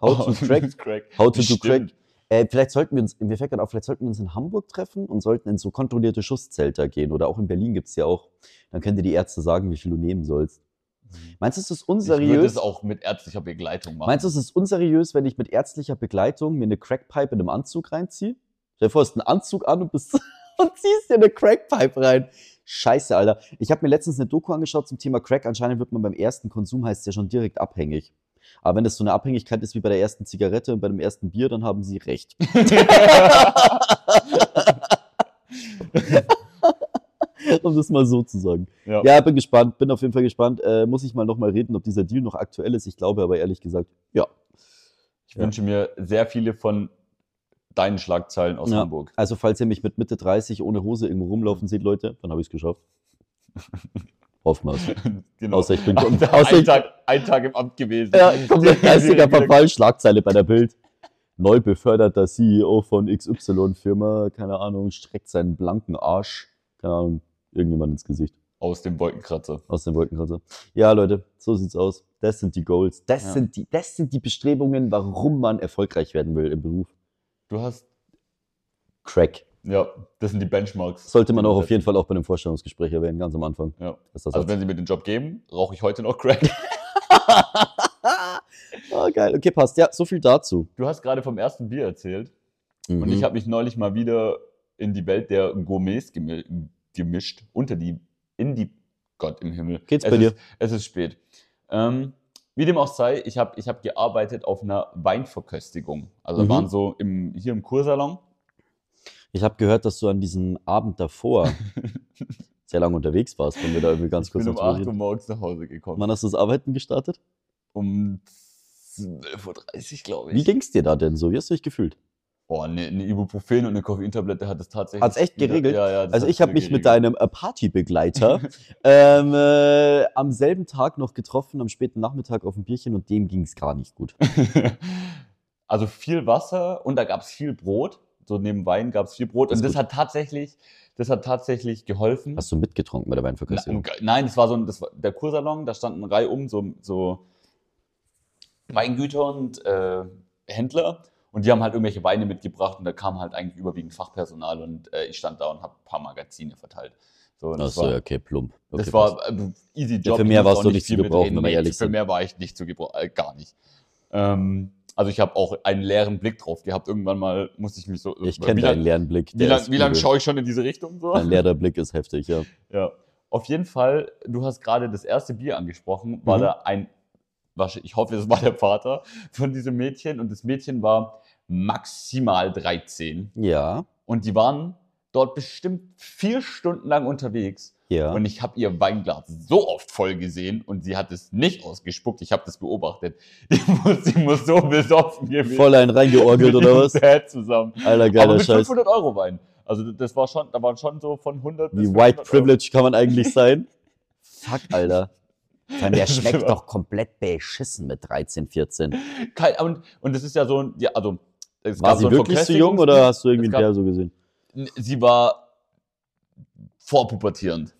Speaker 2: How
Speaker 3: [LAUGHS]
Speaker 2: to Crack?
Speaker 3: Oh, Crack.
Speaker 2: How to do
Speaker 3: Stimmt.
Speaker 2: Crack? Äh, vielleicht sollten wir uns, mir fällt gerade auf, vielleicht sollten wir uns in Hamburg treffen und sollten in so kontrollierte Schusszelter gehen. Oder auch in Berlin gibt's ja auch. Dann können dir die Ärzte sagen, wie viel du nehmen sollst. Meinst du, ist das
Speaker 3: Mhm. Ich würde
Speaker 2: unseriös?
Speaker 3: es auch mit ärztlicher Begleitung machen.
Speaker 2: Meinst du, es ist unseriös, wenn ich mit ärztlicher Begleitung mir eine Crackpipe in einem Anzug reinziehe? Stell dir vor, hast einen Anzug an und, bist [LAUGHS] und ziehst dir eine Crackpipe rein. Scheiße, Alter. Ich habe mir letztens eine Doku angeschaut zum Thema Crack. Anscheinend wird man beim ersten Konsum, heißt es ja schon direkt abhängig. Aber wenn das so eine Abhängigkeit ist wie bei der ersten Zigarette und bei dem ersten Bier, dann haben sie recht. [LAUGHS] um das mal so zu sagen.
Speaker 3: Ja.
Speaker 2: Ja, bin gespannt, bin auf jeden Fall gespannt. Äh, muss ich mal nochmal reden, ob dieser Deal noch aktuell ist. Ich glaube aber ehrlich gesagt, ja.
Speaker 3: Ich
Speaker 2: Ja.
Speaker 3: wünsche mir sehr viele von deinen Schlagzeilen aus
Speaker 2: Ja.
Speaker 3: Hamburg. [LAUGHS]
Speaker 2: Also, falls ihr mich mit Mitte 30 ohne Hose irgendwo rumlaufen seht, Leute, dann habe ich es
Speaker 3: [LAUGHS]
Speaker 2: geschafft. Oftmals.
Speaker 3: genau.
Speaker 2: Außer ich
Speaker 3: [LAUGHS]
Speaker 2: bin
Speaker 3: Ein Tag-
Speaker 2: außer
Speaker 3: ein,
Speaker 2: ich,
Speaker 3: Tag, ein Tag im Amt gewesen.
Speaker 2: [LAUGHS] ja,
Speaker 3: [LAUGHS]
Speaker 2: komplett geistiger
Speaker 3: Wieder-
Speaker 2: Verfall, Schlagzeile bei der Bild. Neu beförderter CEO von XY-Firma, keine Ahnung, streckt seinen blanken Arsch, keine Ahnung, irgendjemand ins Gesicht.
Speaker 3: Aus dem Wolkenkratzer.
Speaker 2: Aus den Wolkenkratzer. Ja, Leute, so sieht's aus. Das sind die Goals. Das,
Speaker 3: Ja.
Speaker 2: sind die, das sind die Bestrebungen, warum man erfolgreich werden will im Beruf.
Speaker 3: Du hast,
Speaker 2: Crack.
Speaker 3: ja, das sind die Benchmarks.
Speaker 2: Sollte man auch auf jeden Fall auch bei einem Vorstellungsgespräch erwähnen, ganz am Anfang.
Speaker 3: Ja.
Speaker 2: Dass das
Speaker 3: Also wenn sie mir den Job geben, rauche ich heute noch Crack. [LAUGHS]
Speaker 2: Ah, geil. Okay, passt. Ja, so viel dazu.
Speaker 3: Du hast gerade vom ersten Bier erzählt und
Speaker 2: Mhm.
Speaker 3: ich habe mich neulich mal wieder in die Welt der Gourmets gemi gemischt. Unter die, in die, Gott im Himmel.
Speaker 2: Geht's
Speaker 3: es
Speaker 2: bei dir?
Speaker 3: Ist, es ist spät. Ähm, wie dem auch sei, ich habe ich hab gearbeitet auf einer Weinverköstigung. Also
Speaker 2: Mhm.
Speaker 3: waren so im, hier im Kursalon.
Speaker 2: Ich habe gehört, dass du an diesem Abend
Speaker 3: [LAUGHS]
Speaker 2: davor sehr lange unterwegs warst, wenn wir da irgendwie ganz
Speaker 3: Ich bin
Speaker 2: kurz
Speaker 3: um
Speaker 2: noch
Speaker 3: 8 Uhr
Speaker 2: reden.
Speaker 3: morgens nach Hause gekommen.
Speaker 2: Wann hast du das Arbeiten gestartet?
Speaker 3: Um 12.30 Uhr, glaube
Speaker 2: Wie
Speaker 3: ich.
Speaker 2: ging's dir da denn so? Wie hast du dich gefühlt?
Speaker 3: Boah, eine, eine Ibuprofen und eine Koffeintablette hat es tatsächlich.
Speaker 2: Hat's echt
Speaker 3: wieder-
Speaker 2: geregelt?
Speaker 3: Ja, ja, das
Speaker 2: Also
Speaker 3: hat
Speaker 2: ich habe
Speaker 3: wieder
Speaker 2: mich mit
Speaker 3: geregelt.
Speaker 2: deinem äh,
Speaker 3: [LAUGHS]
Speaker 2: Partybegleiter ähm, äh, am selben Tag noch getroffen, am späten Nachmittag auf ein Bierchen und dem ging's gar nicht
Speaker 3: [LAUGHS]
Speaker 2: gut.
Speaker 3: also viel Wasser und da gab es viel Brot. So neben Wein gab es viel Brot.
Speaker 2: Das
Speaker 3: Und
Speaker 2: ist
Speaker 3: das
Speaker 2: gut.
Speaker 3: hat tatsächlich, das hat tatsächlich geholfen.
Speaker 2: Hast du mitgetrunken bei der
Speaker 3: Na,
Speaker 2: Weinverköstigung?
Speaker 3: ge- nein, das war so ein, das war der Kursalon, da standen Reihe um so, so Weingüter und äh, Händler und die haben halt irgendwelche Weine mitgebracht und da kam halt eigentlich überwiegend Fachpersonal und äh, ich stand da und habe ein paar Magazine verteilt. So, und das
Speaker 2: Achso,
Speaker 3: war,
Speaker 2: ja, okay, plump. Okay,
Speaker 3: das war äh, easy Job.
Speaker 2: für mehr
Speaker 3: ich muss
Speaker 2: warst
Speaker 3: auch
Speaker 2: du nicht
Speaker 3: viel
Speaker 2: zu gebrauchen,
Speaker 3: mitreden.
Speaker 2: wenn wir
Speaker 3: Nee,
Speaker 2: ehrlich
Speaker 3: Für
Speaker 2: sind.
Speaker 3: mehr war ich nicht zu gebrauchen, äh, gar nicht. Ähm, also ich habe auch einen leeren Blick drauf gehabt. Irgendwann mal musste ich mich so.
Speaker 2: Ich kenne
Speaker 3: äh, wie
Speaker 2: deinen
Speaker 3: lange
Speaker 2: leeren Blick.
Speaker 3: wie
Speaker 2: der
Speaker 3: lang,
Speaker 2: ist
Speaker 3: wie lang
Speaker 2: übel.
Speaker 3: schaue ich schon in diese Richtung? So?
Speaker 2: Dein leerer Blick ist heftig, ja.
Speaker 3: Ja. Auf jeden Fall, du hast gerade das erste Bier angesprochen, war
Speaker 2: Mhm.
Speaker 3: da ein, wahrscheinlich- ich hoffe, es war der Vater von diesem Mädchen und das Mädchen war maximal 13
Speaker 2: Ja,
Speaker 3: und die waren dort bestimmt vier Stunden lang unterwegs
Speaker 2: ja.
Speaker 3: und ich habe ihr Weinglas so oft voll gesehen und sie hat es nicht ausgespuckt, ich habe das beobachtet. [LAUGHS] Die muss, die muss so besoffen gewesen
Speaker 2: Voll einen
Speaker 3: [LAUGHS]
Speaker 2: reingeorgelt
Speaker 3: mit
Speaker 2: oder
Speaker 3: ihrem
Speaker 2: was?
Speaker 3: Dad zusammen.
Speaker 2: Alter,
Speaker 3: Aber
Speaker 2: geiler
Speaker 3: mit
Speaker 2: Scheiß.
Speaker 3: 500 Euro Wein. Also das war schon, da waren schon so von 100
Speaker 2: Wie white
Speaker 3: 500 Euro.
Speaker 2: privilege kann man
Speaker 3: [LAUGHS]
Speaker 2: eigentlich sein? Fuck, Alter. Vor allem, der [LAUGHS]
Speaker 3: Das
Speaker 2: schmeckt
Speaker 3: war-
Speaker 2: doch komplett beschissen mit 13, 14.
Speaker 3: Kein, und, und das ist ja so ein, ja, also. Es
Speaker 2: War
Speaker 3: gab so
Speaker 2: sie
Speaker 3: ein
Speaker 2: wirklich zu
Speaker 3: Verköstigungs-
Speaker 2: jung oder hast du irgendwie
Speaker 3: Es
Speaker 2: einen
Speaker 3: gab-
Speaker 2: Perso gesehen?
Speaker 3: N- Sie war vorpubertierend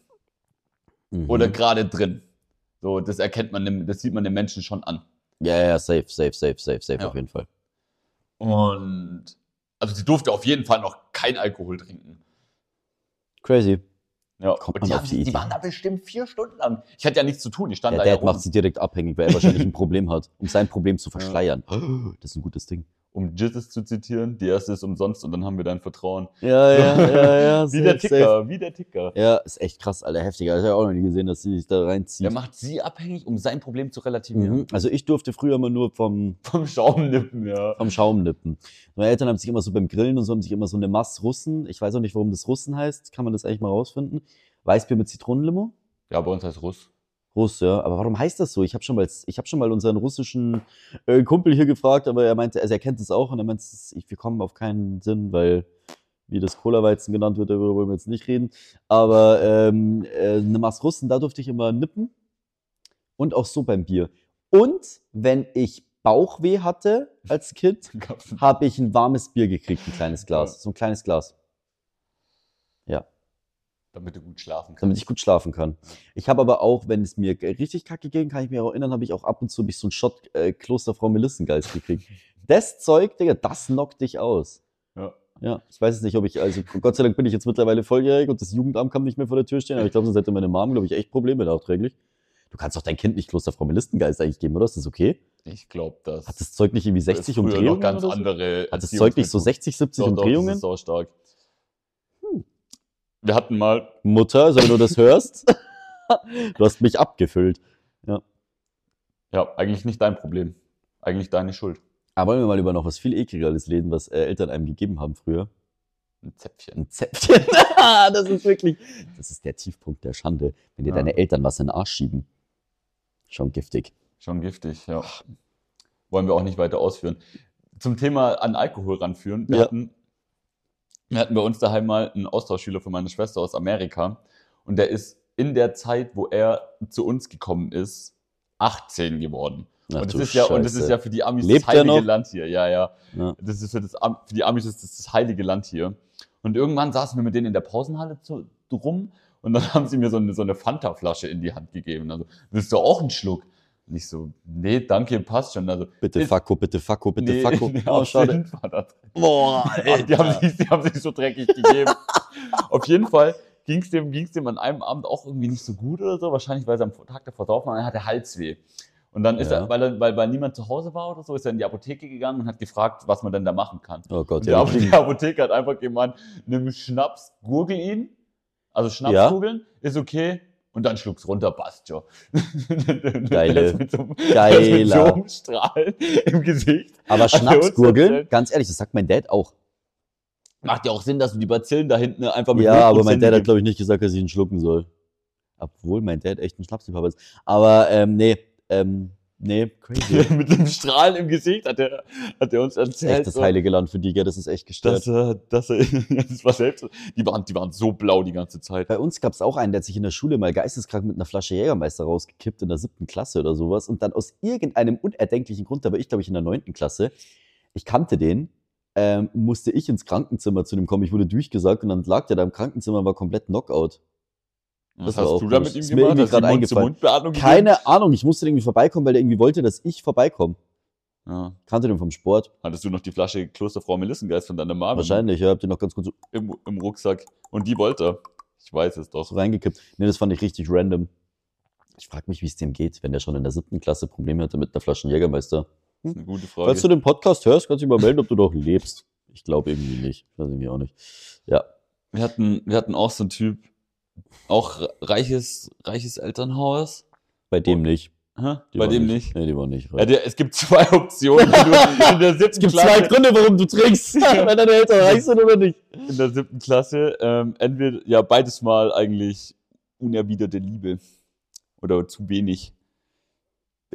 Speaker 2: Mhm.
Speaker 3: oder gerade drin. So, das erkennt man, dem- das sieht man den Menschen schon an.
Speaker 2: Ja, ja, safe, safe, safe, safe, safe,
Speaker 3: Ja.
Speaker 2: auf jeden Fall.
Speaker 3: Und. Also, sie durfte auf jeden Fall noch kein Alkohol trinken.
Speaker 2: Crazy.
Speaker 3: Ja,
Speaker 2: Kommt
Speaker 3: und
Speaker 2: man
Speaker 3: die,
Speaker 2: auf
Speaker 3: haben,
Speaker 2: die
Speaker 3: die
Speaker 2: Idee?
Speaker 3: waren da bestimmt vier Stunden lang. Ich hatte ja nichts zu tun, ich stand
Speaker 2: Der
Speaker 3: da ja
Speaker 2: Dad
Speaker 3: rum,
Speaker 2: macht sie direkt abhängig, weil er wahrscheinlich [LAUGHS] ein Problem hat, um sein Problem zu verschleiern. Oh, Das ist ein gutes Ding.
Speaker 3: um Jizzes zu zitieren. Die erste ist umsonst und dann haben wir dein Vertrauen.
Speaker 2: Ja, ja, ja, ja.
Speaker 3: [LAUGHS] Wie
Speaker 2: safe,
Speaker 3: der Ticker,
Speaker 2: safe.
Speaker 3: wie der Ticker.
Speaker 2: Ja, ist echt krass, Alter, heftig. Alter, Ich habe auch noch nie gesehen, dass sie sich da reinzieht.
Speaker 3: Der macht sie abhängig, um sein Problem zu relativieren.
Speaker 2: Mhm. Also ich durfte früher immer nur vom,
Speaker 3: Vom Schaumnippen, ja.
Speaker 2: vom Schaum nippen. Meine Eltern haben sich immer so beim Grillen und so haben sich immer so eine Masse Russen, ich weiß auch nicht, warum das Russen heißt, kann man das eigentlich mal rausfinden. Weißbier mit Zitronenlimo?
Speaker 3: Ja, bei uns heißt Russ.
Speaker 2: Russ, ja. Aber warum heißt das so? Ich habe schon, mal- ich hab schon mal unseren russischen äh, Kumpel hier gefragt, aber er meinte, also er kennt es auch und er meinte, es ist- ich- wir kommen auf keinen Sinn, weil wie das Cola-Weizen genannt wird, darüber wollen wir jetzt nicht reden. Aber ähm, äh, eine Maß Russen, da durfte ich immer nippen und auch so beim Bier. Und wenn ich Bauchweh hatte als Kind,
Speaker 3: Gab's-
Speaker 2: habe ich ein warmes Bier gekriegt, ein kleines Glas, so ein kleines Glas.
Speaker 3: Damit du gut schlafen kannst.
Speaker 2: damit ich gut schlafen kann. Ich habe aber auch, wenn es mir g- richtig kacke ging, kann ich mich auch erinnern, habe ich auch ab und zu hab ich so einen Shot äh, Klosterfrau Melissengeist gekriegt. Das Zeug, Digga, das knockt dich aus.
Speaker 3: Ja.
Speaker 2: Ja, ich weiß jetzt nicht, ob ich, also Gott sei Dank bin ich jetzt mittlerweile volljährig und das Jugendamt kann nicht mehr vor der Tür stehen, aber ich glaube, sonst hätte meine Mom, glaube ich, echt Probleme nachträglich. Du kannst doch dein Kind nicht Klosterfrau Melissengeist eigentlich geben, oder? Ist das okay?
Speaker 3: Ich glaube, das
Speaker 2: Hat das Zeug nicht irgendwie
Speaker 3: das
Speaker 2: 60
Speaker 3: früher
Speaker 2: Umdrehungen?
Speaker 3: noch ganz
Speaker 2: oder so?
Speaker 3: andere.
Speaker 2: Hat das Zeug nicht so
Speaker 3: Erziehungsmethoden.
Speaker 2: 60, 70
Speaker 3: Doch, doch, Das
Speaker 2: Umdrehungen?
Speaker 3: ist so stark. Hm. Wir hatten mal,
Speaker 2: Mutter, so wenn du das hörst,
Speaker 3: [LAUGHS]
Speaker 2: du hast mich abgefüllt.
Speaker 3: ja, eigentlich nicht dein Problem. Eigentlich deine Schuld.
Speaker 2: Aber wollen wir mal über noch was viel ekligeres reden, was äh, Eltern einem gegeben haben früher.
Speaker 3: Ein Zäpfchen.
Speaker 2: Ein
Speaker 3: [LAUGHS]
Speaker 2: Zäpfchen. das ist wirklich. Das ist der Tiefpunkt der Schande, wenn dir
Speaker 3: Ja.
Speaker 2: deine Eltern was in den Arsch schieben. Schon giftig.
Speaker 3: Schon giftig, ja. Wollen wir auch nicht weiter ausführen. Zum Thema an Alkohol ranführen. Wir,
Speaker 2: Ja.
Speaker 3: hatten, wir hatten bei uns daheim mal einen Austauschschüler von meiner Schwester aus Amerika. Und der ist in der Zeit, wo er zu uns gekommen ist, 18 geworden.
Speaker 2: Ach
Speaker 3: und,
Speaker 2: du
Speaker 3: das ist ja, und das
Speaker 2: Scheiße.
Speaker 3: ist ja für die Amis
Speaker 2: Lebt
Speaker 3: das
Speaker 2: er
Speaker 3: heilige
Speaker 2: noch?
Speaker 3: Land hier. Ja, ja.
Speaker 2: Ja.
Speaker 3: Das ist für, das, Am- für die Amis ist das, das heilige Land hier. Und irgendwann saßen wir mit denen in der Pausenhalle zu, rum und dann [LAUGHS] haben sie mir so eine, so eine Fanta-Flasche in die Hand gegeben. Also, willst du auch einen Schluck? Und ich so, nee, danke, passt schon. Also,
Speaker 2: Bitte Fakko, bitte Fakko, bitte
Speaker 3: nee,
Speaker 2: Fakko.
Speaker 3: [LAUGHS] nee,
Speaker 2: oh,
Speaker 3: auf
Speaker 2: schade.
Speaker 3: jeden Fall da drin.
Speaker 2: Boah,
Speaker 3: Ach, Ah, die, haben sich, die haben sich so dreckig gegeben. auf jeden Fall ging es dem, ging's dem an einem Abend auch irgendwie nicht so gut oder so. Wahrscheinlich, weil sie am Tag davor drauf waren, er hatte Halsweh. Und dann ist
Speaker 2: Ja.
Speaker 3: er, weil, er, weil, weil niemand zu Hause war oder so, ist er in die Apotheke gegangen und hat gefragt, was man denn da machen kann.
Speaker 2: Oh
Speaker 3: Und
Speaker 2: Gott,
Speaker 3: der,
Speaker 2: ja.
Speaker 3: Apothe- der Apotheker hat einfach gemeint, nimm Schnaps, gurgel ihn. Also Schnaps
Speaker 2: Ja.
Speaker 3: gurgeln ist okay. Und dann schluck's runter, passt schon. [LAUGHS] Geile.
Speaker 2: Geile.
Speaker 3: Mit so, einem-
Speaker 2: Geiler.
Speaker 3: der [LAUGHS] Mit so einem Strahl im Gesicht.
Speaker 2: Aber
Speaker 3: uns
Speaker 2: Schnapsgurgeln,
Speaker 3: erzählt.
Speaker 2: ganz ehrlich, das sagt mein Dad auch.
Speaker 3: Macht ja auch Sinn, dass du die Bazillen da hinten einfach mit
Speaker 2: Ja, aber mein
Speaker 3: 0%
Speaker 2: Dad hat,
Speaker 3: gibst.
Speaker 2: glaube ich, nicht gesagt, dass ich ihn schlucken soll. Obwohl mein Dad echt ein Schnapsliebhaber ist. Aber ähm, nee, ähm, nee, [LAUGHS] crazy.
Speaker 3: [LAUGHS] mit dem Strahlen im Gesicht hat er, hat er uns erzählt.
Speaker 2: echt das
Speaker 3: so,
Speaker 2: heilige Land für die, gell, Also das ist echt gestört.
Speaker 3: Dass, er- dass er, [LAUGHS] das war selbst, die waren, die waren so blau die ganze Zeit.
Speaker 2: Bei uns gab es auch einen, der hat sich in der Schule mal geisteskrank mit einer Flasche Jägermeister rausgekippt in der siebten Klasse oder sowas und dann aus irgendeinem unerdenklichen Grund, da war ich glaube ich in der neunten Klasse, ich kannte den, ähm, musste ich ins Krankenzimmer zu dem kommen, ich wurde durchgesagt und dann lag der da im Krankenzimmer und war komplett Knockout.
Speaker 3: Was
Speaker 2: war auch
Speaker 3: hast du da
Speaker 2: komisch.
Speaker 3: mit ihm
Speaker 2: Ist mir irgendwie
Speaker 3: gemacht? Hast du
Speaker 2: gerade
Speaker 3: ihm Mund-zu-Mund-Beatmung gegeben?
Speaker 2: Keine Ahnung, ich musste irgendwie vorbeikommen, weil der irgendwie wollte, dass ich vorbeikomme.
Speaker 3: Ja.
Speaker 2: Kannte den vom Sport.
Speaker 3: Hattest du noch die Flasche Klosterfrau Melissengeist von deiner Mama
Speaker 2: Wahrscheinlich, ja, habt ihr noch ganz gut so.
Speaker 3: im, im Rucksack? Und die wollte er. Ich weiß es
Speaker 2: so
Speaker 3: doch.
Speaker 2: reingekippt. Nee, das fand ich richtig random. Ich frage mich, wie es dem geht, wenn der schon in der siebten Klasse Probleme hatte mit einer Flasche Jägermeister.
Speaker 3: Das ist eine gute Frage.
Speaker 2: Falls du den Podcast hörst, kannst du dich mal melden, ob du noch lebst. Ich glaube irgendwie nicht. Ich weiß irgendwie auch nicht. Ja.
Speaker 3: wir, hatten, wir hatten auch so einen Typ, auch reiches, reiches Elternhaus.
Speaker 2: Bei dem nicht.
Speaker 3: Hä?
Speaker 2: Die
Speaker 3: Bei
Speaker 2: waren
Speaker 3: dem nicht.
Speaker 2: Nee, die waren nicht.
Speaker 3: Ja, der, es gibt zwei [LAUGHS] Optionen. wenn du in der siebten
Speaker 2: es gibt
Speaker 3: Klasse,
Speaker 2: zwei Gründe, warum du trinkst.
Speaker 3: [LAUGHS]
Speaker 2: wenn deine Eltern reich sind oder nicht.
Speaker 3: in der siebten Klasse. Ähm, entweder, ja, beides Mal eigentlich unerwiderte Liebe. Oder zu wenig.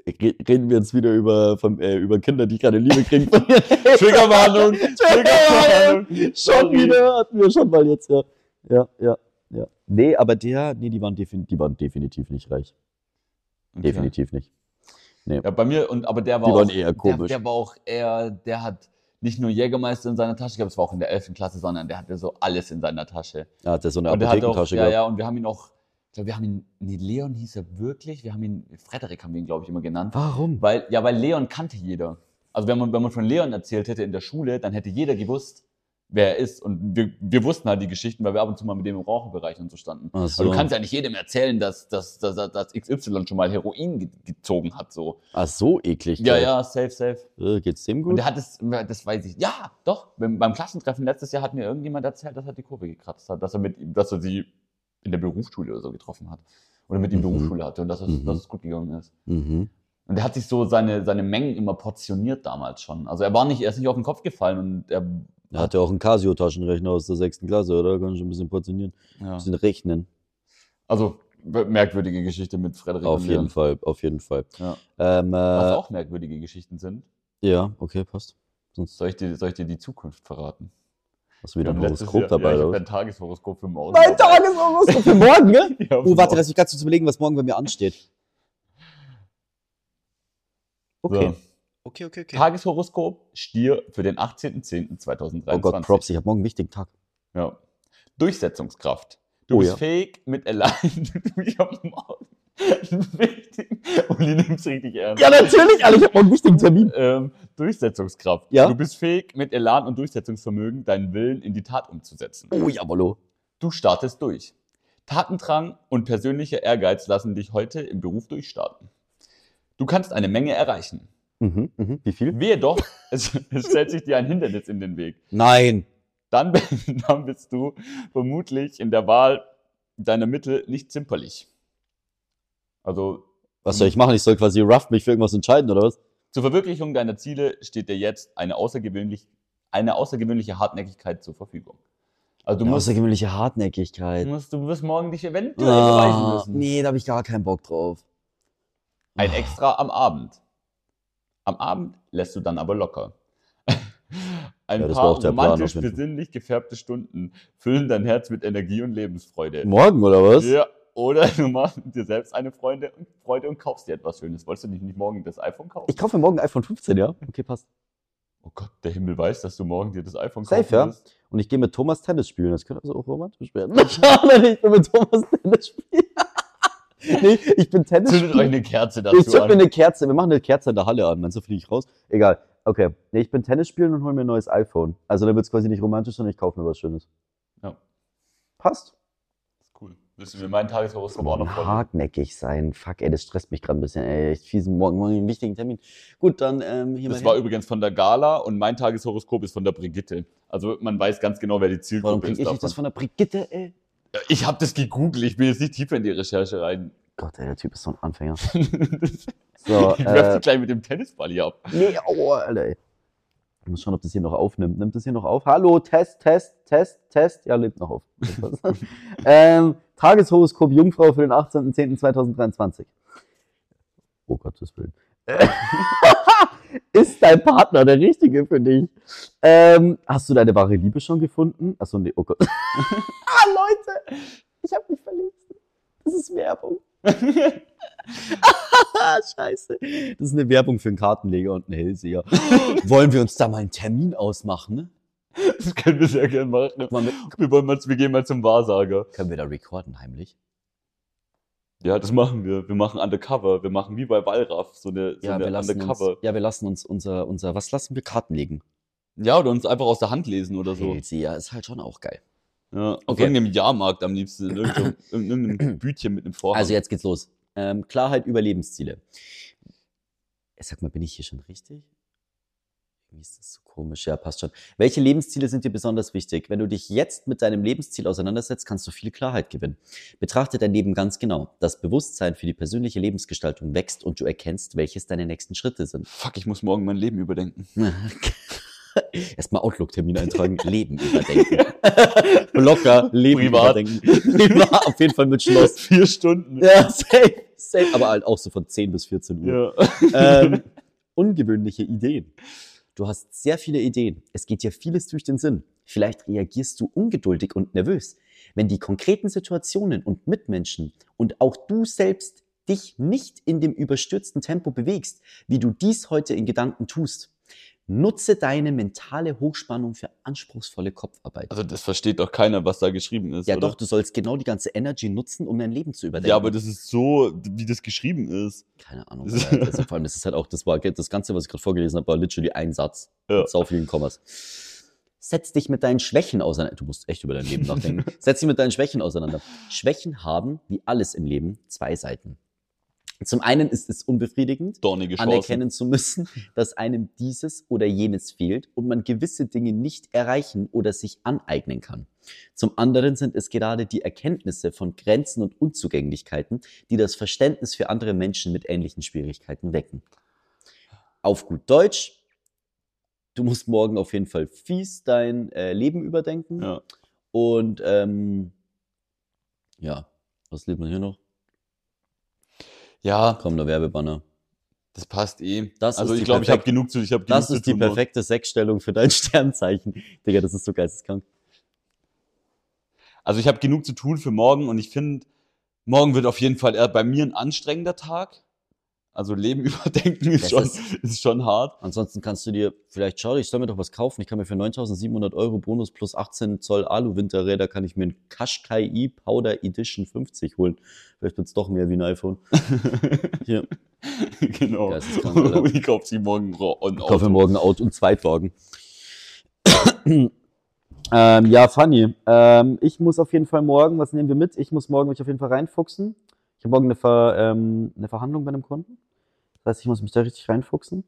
Speaker 2: Re- Reden wir jetzt wieder über, vom, äh, über Kinder, die gerade Liebe kriegen. Von ihren [LAUGHS]
Speaker 3: Triggerwarnung! Triggerwarnung!
Speaker 2: Schon
Speaker 3: Sorry.
Speaker 2: wieder, hatten wir schon mal jetzt, ja. Ja, ja, ja. Nee, aber der, nee, die waren, defin die waren definitiv nicht reich.
Speaker 3: Okay.
Speaker 2: Definitiv nicht.
Speaker 3: Ja, bei mir, und, aber der war
Speaker 2: Die waren
Speaker 3: auch,
Speaker 2: eher komisch.
Speaker 3: Der, der war auch eher, der hat nicht nur Jägermeister in seiner Tasche gehabt, das war auch in der 11. Klasse, sondern der hatte so alles in seiner Tasche.
Speaker 2: Er hatte so eine
Speaker 3: und der hat auch,
Speaker 2: Apothekentasche
Speaker 3: ja,
Speaker 2: gehabt.
Speaker 3: ja, und wir haben ihn auch, ich glaube, wir haben ihn, nee, Leon hieß er wirklich, wir haben ihn, Frederik haben wir ihn, glaube ich, immer genannt.
Speaker 2: Warum?
Speaker 3: Weil, ja, weil Leon kannte jeder. Also wenn man, wenn man von Leon erzählt hätte in der Schule, dann hätte jeder gewusst, wer er ist. Und wir, wir wussten halt die Geschichten, weil wir ab und zu mal mit dem im Raucherbereich und so standen.
Speaker 2: Ach
Speaker 3: Aber
Speaker 2: so.
Speaker 3: du kannst ja nicht jedem erzählen, dass, dass, dass, dass XY schon mal Heroin ge gezogen hat, so.
Speaker 2: Ach so, eklig.
Speaker 3: Ja,
Speaker 2: gleich.
Speaker 3: ja, safe, safe.
Speaker 2: Äh, geht's dem
Speaker 3: Und
Speaker 2: gut?
Speaker 3: der hat es, das weiß ich, ja, doch, beim, beim Klassentreffen letztes Jahr hat mir irgendjemand erzählt, dass er die Kurve gekratzt hat, dass er mit ihm, dass er sie in der Berufsschule oder so getroffen hat. Oder mit ihm
Speaker 2: Mhm.
Speaker 3: Berufsschule hatte und dass es,
Speaker 2: Mhm.
Speaker 3: dass es gut gegangen ist.
Speaker 2: Mhm.
Speaker 3: Und er hat sich so seine, seine Mengen immer portioniert damals schon. Also er war nicht, er ist nicht auf den Kopf gefallen und er,
Speaker 2: Er hatte auch einen Casio-Taschenrechner aus der sechsten Klasse, oder? Kann ich ein bisschen portionieren. Ein
Speaker 3: ja.
Speaker 2: bisschen rechnen.
Speaker 3: also merkwürdige Geschichte mit Frederik
Speaker 2: Auf
Speaker 3: und
Speaker 2: jeden
Speaker 3: Leon.
Speaker 2: Fall, auf jeden Fall.
Speaker 3: Ja.
Speaker 2: Ähm, äh,
Speaker 3: Was auch merkwürdige Geschichten sind,
Speaker 2: Ja, okay, passt. Sonst
Speaker 3: soll ich dir, soll ich dir die Zukunft verraten?
Speaker 2: hast du wieder ein
Speaker 3: Wir haben letztes
Speaker 2: Horoskop
Speaker 3: Jahr-
Speaker 2: dabei,
Speaker 3: ja, ich
Speaker 2: oder
Speaker 3: hab
Speaker 2: was?
Speaker 3: dein Tageshoroskop für morgen.
Speaker 2: Mein Tageshoroskop für morgen, gell?
Speaker 3: Ja, genau.
Speaker 2: Oh, warte, lass mich ganz kurz überlegen, was morgen bei mir ansteht. Okay.
Speaker 3: So.
Speaker 2: Okay, okay, okay.
Speaker 3: Tageshoroskop Stier für den 18.10.2023.
Speaker 2: Oh Gott, Props, ich habe morgen einen wichtigen Tag.
Speaker 3: Ja. Durchsetzungskraft. Du
Speaker 2: Oh
Speaker 3: bist
Speaker 2: ja.
Speaker 3: fähig mit [LAUGHS] allein. ich hab morgen einen wichtigen. Uli nimmt's richtig ernst.
Speaker 2: natürlich, Alter, ich habe morgen einen wichtigen Termin.
Speaker 3: [LAUGHS] Ähm, Durchsetzungskraft.
Speaker 2: Ja.
Speaker 3: Du bist fähig, mit Elan und Durchsetzungsvermögen deinen Willen in die Tat umzusetzen.
Speaker 2: Oh, jawollo.
Speaker 3: Du startest durch. Tatendrang und persönlicher Ehrgeiz lassen dich heute im Beruf durchstarten. Du kannst eine Menge erreichen.
Speaker 2: Mhm, mhm. Wie viel?
Speaker 3: Wehe doch, es, es stellt sich dir ein Hindernis in den Weg.
Speaker 2: Nein.
Speaker 3: Dann, [LAUGHS] dann bist du vermutlich in der Wahl deiner Mittel nicht zimperlich. Also
Speaker 2: Was soll ich machen? Ich soll quasi rough mich für irgendwas entscheiden, oder was?
Speaker 3: zur Verwirklichung deiner Ziele steht dir jetzt eine, außergewöhnlich, eine außergewöhnliche Hartnäckigkeit zur Verfügung. Also du
Speaker 2: Eine
Speaker 3: musst,
Speaker 2: außergewöhnliche Hartnäckigkeit.
Speaker 3: du musst, du wirst morgen dich eventuell beweisen
Speaker 2: Ah,
Speaker 3: müssen.
Speaker 2: nee, da habe ich gar keinen Bock drauf. Ah.
Speaker 3: Ein Extra am Abend. Am Abend lässt du dann aber locker. [LAUGHS] Ein
Speaker 2: Ja, das war
Speaker 3: paar
Speaker 2: auch der Plan,
Speaker 3: romantisch
Speaker 2: auf jeden Fall.
Speaker 3: besinnlich gefärbte Stunden füllen dein Herz mit Energie und Lebensfreude.
Speaker 2: Morgen, oder was?
Speaker 3: Ja, oder [LAUGHS] du machst dir selbst eine Freude und, Freude und kaufst dir etwas Schönes. Wolltest du nicht, nicht morgen das iPhone kaufen?
Speaker 2: Ich kaufe mir morgen ein iPhone 15, ja? Okay, passt.
Speaker 3: oh Gott, der Himmel weiß, dass du morgen dir das iPhone
Speaker 2: Safe,
Speaker 3: kaufen
Speaker 2: ja.
Speaker 3: wirst.
Speaker 2: Und ich gehe mit Thomas Tennis spielen. Das könnte also auch romantisch werden. [LAUGHS] Schade, nicht nur mit Thomas Tennis spielen. [LAUGHS] nee, ich bin Tennis.
Speaker 3: Zündet
Speaker 2: spielen.
Speaker 3: euch eine Kerze
Speaker 2: Ich
Speaker 3: dazu
Speaker 2: zünd mir
Speaker 3: an.
Speaker 2: eine Kerze. Wir machen eine Kerze in der Halle an. Meinst du, fliege ich raus? Egal. Okay. Nee, ich bin Tennis spielen und hole mir ein neues iPhone. Also dann wird es quasi nicht romantisch, sondern ich kaufe mir was Schönes.
Speaker 3: Ja.
Speaker 2: Passt.
Speaker 3: Cool. Willst du mir meinen Tageshoroskop auch noch vorlesen?
Speaker 2: Hartnäckig sein. Fuck, ey, das stresst mich gerade ein bisschen. Ey, ich fiesen morgen, morgen einen wichtigen Termin. Gut, dann ähm, hier
Speaker 3: Das
Speaker 2: mein
Speaker 3: war übrigens von der Gala und mein Tageshoroskop ist von der Brigitte. Also man weiß ganz genau, wer die
Speaker 2: Warum
Speaker 3: Zielgruppe
Speaker 2: krieg ich
Speaker 3: ist.
Speaker 2: nicht
Speaker 3: davon.
Speaker 2: das von der Brigitte, ey?
Speaker 3: Ja, Ich habe das gegoogelt, ich bin jetzt nicht tiefer in die Recherche rein.
Speaker 2: Gott, ey, der Typ ist so ein
Speaker 3: [LAUGHS]
Speaker 2: Anfänger.
Speaker 3: ich
Speaker 2: So,
Speaker 3: werf
Speaker 2: äh,
Speaker 3: dich gleich mit dem Tennisball hier ab.
Speaker 2: Nee, aua, Alter. ey. Ich muss schauen, ob das hier noch aufnimmt. Nimmt das hier noch auf? Hallo, Test, Test, Test, Test. Ja, lebt noch auf. ähm, Tageshoroskop Jungfrau für den 18.10.2023. Oh Gottes Willen. [LAUGHS] Äh, Ist dein Partner der Richtige für dich? Ähm, hast du deine wahre Liebe schon gefunden? Achso, nee, oh Gott. ah, Leute, ich habe mich verliebt. Das ist Werbung. [LAUGHS] Ah, scheiße. Das ist eine Werbung für einen Kartenleger und einen Hellseher. Wollen wir uns da mal einen Termin ausmachen? Ne?
Speaker 3: Das können wir sehr gern machen.
Speaker 2: Wollen wir,
Speaker 3: Wir, wollen mal, wir gehen mal zum Wahrsager.
Speaker 2: können wir da recorden heimlich?
Speaker 3: Ja, das machen wir. Wir machen Undercover. Wir machen wie bei Wallraff so eine, so eine Undercover.
Speaker 2: uns, ja, wir lassen uns unser, unser, was lassen wir Kartenlegen?
Speaker 3: Ja, oder uns einfach aus der Hand lesen oder so.
Speaker 2: Hellseher ist halt schon auch geil.
Speaker 3: Ja, auf
Speaker 2: Okay.
Speaker 3: irgendeinem Jahrmarkt am liebsten,
Speaker 2: [COUGHS]
Speaker 3: in irgendeinem, in irgendeinem Bütchen mit einem Vorhang.
Speaker 2: Also jetzt geht's los. Ähm, Klarheit über Lebensziele. Ich sag mal, bin ich hier schon richtig? Wie ist das so komisch? Ja, passt schon. Welche Lebensziele sind dir besonders wichtig? Wenn du dich jetzt mit deinem Lebensziel auseinandersetzt, kannst du viel Klarheit gewinnen. Betrachte dein Leben ganz genau. Das Bewusstsein für die persönliche Lebensgestaltung wächst und du erkennst, welches deine nächsten Schritte sind. [LAUGHS]
Speaker 3: Fuck, ich muss morgen mein Leben überdenken.
Speaker 2: Erstmal Outlook-Termin eintragen, Leben überdenken. Locker, Leben
Speaker 3: Privat.
Speaker 2: überdenken. [LAUGHS] Privat, auf jeden Fall mit Schluss.
Speaker 3: [LAUGHS] Vier Stunden.
Speaker 2: [LAUGHS] Ja, safe, safe. Aber halt auch so von 10 bis 14 Uhr.
Speaker 3: Ja. [LAUGHS]
Speaker 2: Ähm, ungewöhnliche Ideen. Du hast sehr viele Ideen. Es geht dir vieles durch den Sinn. Vielleicht reagierst du ungeduldig und nervös. Wenn die konkreten Situationen und Mitmenschen und auch du selbst dich nicht in dem überstürzten Tempo bewegst, wie du dies heute in Gedanken tust, nutze deine mentale Hochspannung für anspruchsvolle Kopfarbeit.
Speaker 3: Also das versteht doch keiner, was da geschrieben ist.
Speaker 2: ja,
Speaker 3: oder?
Speaker 2: doch, du sollst genau die ganze Energy nutzen, um dein Leben zu überdenken.
Speaker 3: Ja, aber das ist so, wie das geschrieben ist.
Speaker 2: Keine Ahnung.
Speaker 3: Das-
Speaker 2: Alter. Also vor allem, das ist halt auch, das war das Ganze, was ich gerade vorgelesen habe, war literally ein Satz.
Speaker 3: Ja.
Speaker 2: Mit sau vielen Kommas. Setz dich mit deinen Schwächen auseinander. Du musst echt über dein Leben nachdenken. Setz dich mit deinen Schwächen auseinander. Schwächen haben, wie alles im Leben, zwei Seiten. Zum einen ist es unbefriedigend,
Speaker 3: Dornige Chancen.
Speaker 2: anerkennen zu müssen, [LAUGHS] dass einem dieses oder jenes fehlt und man gewisse Dinge nicht erreichen oder sich aneignen kann. Zum anderen sind es gerade die Erkenntnisse von Grenzen und Unzugänglichkeiten, die das Verständnis für andere Menschen mit ähnlichen Schwierigkeiten wecken. Auf gut Deutsch, du musst morgen auf jeden Fall fies dein äh, Leben überdenken.
Speaker 3: Ja.
Speaker 2: Und ähm, ja, was lebt man hier noch?
Speaker 3: Ja,
Speaker 2: Komm, der Werbebanner.
Speaker 3: das passt eh.
Speaker 2: Das
Speaker 3: also
Speaker 2: ist
Speaker 3: ich
Speaker 2: die
Speaker 3: glaube, ich habe
Speaker 2: perfekte-
Speaker 3: genug zu ich hab
Speaker 2: Das
Speaker 3: genug
Speaker 2: ist
Speaker 3: zu
Speaker 2: die
Speaker 3: tun morgen.
Speaker 2: perfekte Sechsstellung für dein [LAUGHS] Sternzeichen. Digga, das ist so geisteskrank.
Speaker 3: Also ich habe genug zu tun für morgen und ich finde, morgen wird auf jeden Fall eher bei mir ein anstrengender Tag. Also Leben [LAUGHS] überdenken ist
Speaker 2: Das
Speaker 3: schon,
Speaker 2: ist-
Speaker 3: ist schon hart. [LAUGHS]
Speaker 2: Ansonsten kannst du dir, vielleicht schau, ich soll mir doch was kaufen. Ich kann mir für 9.700 Euro Bonus plus 18 Zoll Alu-Winterräder, kann ich mir einen Qashqai E-Powder Edition 50 holen. Vielleicht wird's doch mehr wie ein iPhone. Hier,
Speaker 3: genau.
Speaker 2: Geisteskrank, Alter.
Speaker 3: Und [LAUGHS] ich kaufe sie morgen ro- und
Speaker 2: ich kaufe mir
Speaker 3: Auto.
Speaker 2: morgen ein Auto und Zweitwagen. [COUGHS] ähm, ja, funny. Ähm, ich muss auf jeden Fall morgen, was nehmen wir mit? Ich muss morgen mich auf jeden Fall reinfuchsen. Ich habe morgen eine, Ver, ähm, eine Verhandlung bei einem Kunden. Das heißt, ich muss mich da richtig reinfuchsen.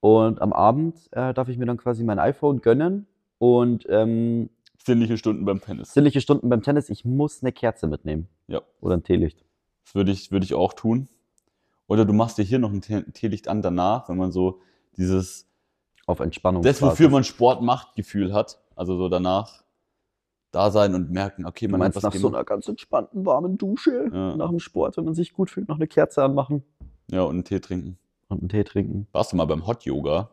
Speaker 2: Und am Abend äh, darf ich mir dann quasi mein iPhone gönnen und ähm,
Speaker 3: Sinnliche Stunden beim Tennis.
Speaker 2: sinnliche Stunden beim Tennis. Ich muss eine Kerze mitnehmen.
Speaker 3: Ja.
Speaker 2: Oder ein Teelicht.
Speaker 3: Das würde ich, würde ich auch tun. Oder du machst dir hier noch ein Te- Teelicht an danach, wenn man so dieses,
Speaker 2: Auf Entspannung.
Speaker 3: das, wofür man Sport macht, Gefühl hat. Also so danach da sein und merken, okay,
Speaker 2: Du
Speaker 3: man
Speaker 2: meinst
Speaker 3: hat
Speaker 2: nach
Speaker 3: was
Speaker 2: so
Speaker 3: gemacht.
Speaker 2: einer ganz entspannten, warmen Dusche,
Speaker 3: Ja.
Speaker 2: nach dem Sport, wenn man sich gut fühlt, noch eine Kerze anmachen
Speaker 3: ja, und einen Tee trinken.
Speaker 2: und einen Tee trinken.
Speaker 3: Warst du mal beim Hot Yoga,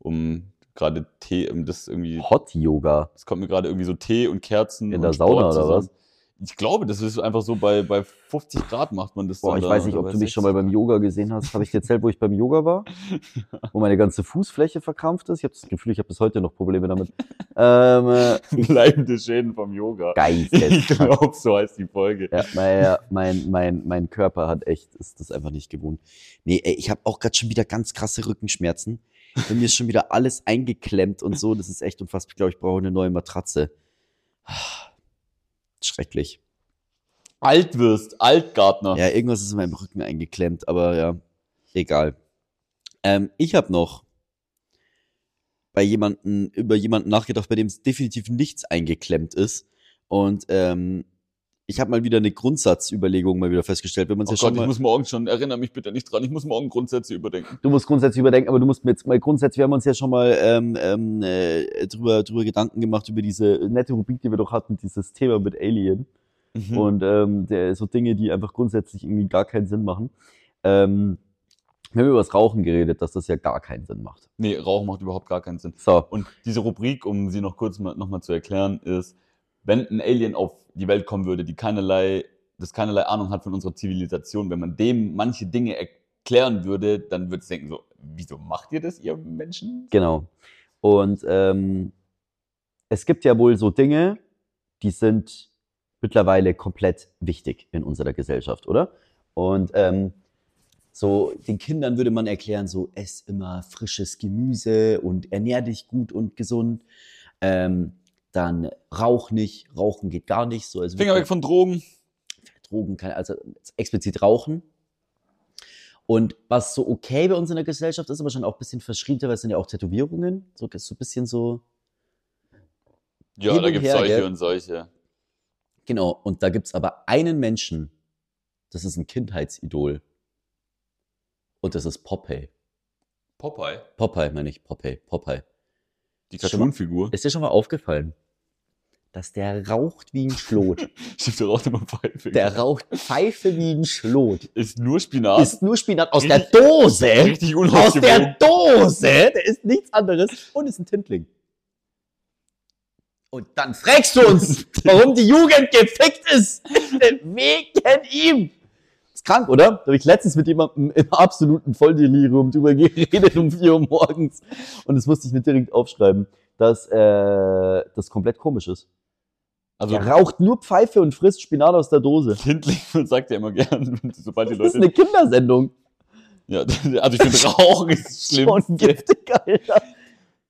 Speaker 3: um gerade Tee, um das irgendwie,
Speaker 2: Hot Yoga.
Speaker 3: es kommt mir gerade irgendwie so Tee und Kerzen
Speaker 2: In
Speaker 3: und
Speaker 2: der Sauna oder
Speaker 3: zusammen. Ich glaube, das ist einfach so bei, bei 50 Grad macht man das
Speaker 2: Boah,
Speaker 3: dann
Speaker 2: ich
Speaker 3: da,
Speaker 2: weiß nicht,
Speaker 3: oder
Speaker 2: ob
Speaker 3: bei
Speaker 2: du mich schon mal
Speaker 3: 60.
Speaker 2: beim Yoga gesehen hast. Habe ich dir erzählt, wo ich beim Yoga war? Wo meine ganze Fußfläche verkrampft ist. Ich habe das Gefühl, ich habe bis heute noch Probleme damit. Ähm, äh,
Speaker 3: [LAUGHS] bleibende Schäden vom Yoga. Ich [LAUGHS]
Speaker 2: geisteskrank.
Speaker 3: glaube, so heißt die Folge.
Speaker 2: Ja, naja, mein, mein, mein Körper hat echt, ist das einfach nicht gewohnt. Nee, ey, ich habe auch gerade schon wieder ganz krasse Rückenschmerzen. Bei mir ist schon wieder alles eingeklemmt und so. Das ist echt unfassbar. Ich glaube, ich brauche eine neue Matratze. Ah, Schrecklich.
Speaker 3: Alt wirst, Altgartner.
Speaker 2: Ja, irgendwas ist in meinem Rücken eingeklemmt, aber ja, egal. Ähm, ich habe noch bei jemanden, über jemanden nachgedacht, bei dem es definitiv nichts eingeklemmt ist. Und ähm, ich habe mal wieder eine Grundsatzüberlegung mal wieder festgestellt. Wenn man
Speaker 3: Oh
Speaker 2: ja
Speaker 3: Gott,
Speaker 2: schon mal
Speaker 3: ich muss morgen schon, erinnere mich bitte nicht dran, ich muss morgen Grundsätze überdenken.
Speaker 2: Du musst grundsätzlich überdenken, aber du musst mir jetzt mal grundsätzlich, wir haben uns ja schon mal ähm, ähm, äh, drüber, drüber Gedanken gemacht, über diese nette Rubrik, die wir doch hatten, dieses Thema mit Alien
Speaker 3: Und
Speaker 2: und ähm, der, so Dinge, die einfach grundsätzlich irgendwie gar keinen Sinn machen. Ähm, wir haben über das Rauchen geredet, dass das ja gar keinen Sinn macht.
Speaker 3: nee, Rauch macht überhaupt gar keinen Sinn.
Speaker 2: So,
Speaker 3: Und diese Rubrik, um sie noch kurz mal, noch mal zu erklären, ist, wenn ein Alien auf die Welt kommen würde, die keinerlei, das keinerlei Ahnung hat von unserer Zivilisation, wenn man dem manche Dinge erklären würde, dann würde es denken so, wieso macht ihr das, ihr Menschen?
Speaker 2: genau. Und ähm, es gibt ja wohl so Dinge, die sind mittlerweile komplett wichtig in unserer Gesellschaft, oder? Und ähm, so den Kindern würde man erklären, so ess immer frisches Gemüse und ernähr dich gut und gesund. Ähm, dann rauch nicht, rauchen geht gar nicht. So, also
Speaker 3: Finger
Speaker 2: wirklich-
Speaker 3: weg von Drogen.
Speaker 2: Drogen, keine, also explizit Rauchen. Und was so okay bei uns in der Gesellschaft ist, aber schon auch ein bisschen verschrien, teilweise sind ja auch Tätowierungen. So, so ein bisschen so,
Speaker 3: Ja,
Speaker 2: Hin
Speaker 3: da
Speaker 2: und
Speaker 3: gibt es
Speaker 2: her,
Speaker 3: solche
Speaker 2: gell?
Speaker 3: und solche.
Speaker 2: genau. Und da gibt es aber einen Menschen, das ist ein Kindheitsidol. Und das ist Popeye.
Speaker 3: Popeye.
Speaker 2: Popeye meine ich, Popeye, Popeye.
Speaker 3: Die
Speaker 2: Schon mal-
Speaker 3: Cartoon-Figur.
Speaker 2: Ist dir schon mal aufgefallen, dass der raucht wie ein Schlot?
Speaker 3: Stimmt, der raucht immer Pfeife.
Speaker 2: der raucht Pfeife wie ein Schlot.
Speaker 3: ist nur Spinat.
Speaker 2: Ist nur Spinat aus der Dose.
Speaker 3: richtig
Speaker 2: Aus der
Speaker 3: unausgewogen.
Speaker 2: Dose! Der ist nichts anderes und ist ein Tintling. Und dann fragst du uns, [LAUGHS] warum die Jugend gefickt ist. Wegen ihm. Ist krank, oder? Da habe ich letztens mit jemandem im absoluten Volldelirium drüber geredet um 4 Uhr morgens. Und das musste ich mir direkt aufschreiben, dass äh, das komplett komisch ist.
Speaker 3: Also, [LAUGHS]
Speaker 2: Er raucht nur Pfeife und frisst Spinat aus der Dose.
Speaker 3: Kindling [LAUGHS] sagt ja immer gern, sobald die
Speaker 2: Das ist
Speaker 3: Leute.
Speaker 2: eine Kindersendung.
Speaker 3: Ja, [LAUGHS] also ich finde,
Speaker 2: [LAUGHS]
Speaker 3: Rauchen ist schlimm.
Speaker 2: Schon giftig, Alter.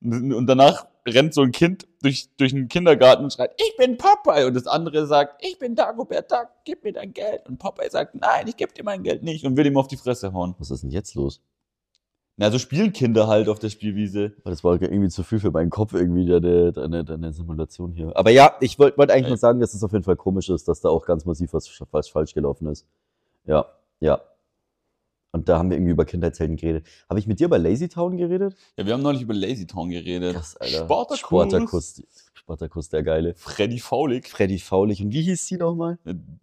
Speaker 3: Und und danach rennt so ein Kind durch, durch den Kindergarten und schreit, ich bin Popeye. Und das andere sagt, ich bin Dagobert Duck, gib mir dein Geld. Und Popeye sagt, nein, ich geb dir mein Geld nicht und will ihm auf die Fresse hauen.
Speaker 2: Was ist denn jetzt los?
Speaker 3: Na, so spielen Kinder halt auf der Spielwiese.
Speaker 2: Boah, Das war irgendwie zu viel für meinen Kopf, irgendwie deine, deine, deine Simulation hier. Aber ja, ich wollte wollt eigentlich
Speaker 3: Ey.
Speaker 2: nur sagen, dass es auf jeden Fall komisch ist, dass da auch ganz massiv was, sch- was falsch gelaufen ist. Ja, ja. Und da haben wir irgendwie über Kindheitshelden geredet. Habe ich mit dir über Lazy Town geredet?
Speaker 3: Ja, wir haben neulich über Lazy Town geredet. Spartacus.
Speaker 2: Spartakus. Spartakus, der Geile.
Speaker 3: Freddy Faulig. Äh,
Speaker 2: Freddy Faulig. Und wie hieß sie nochmal?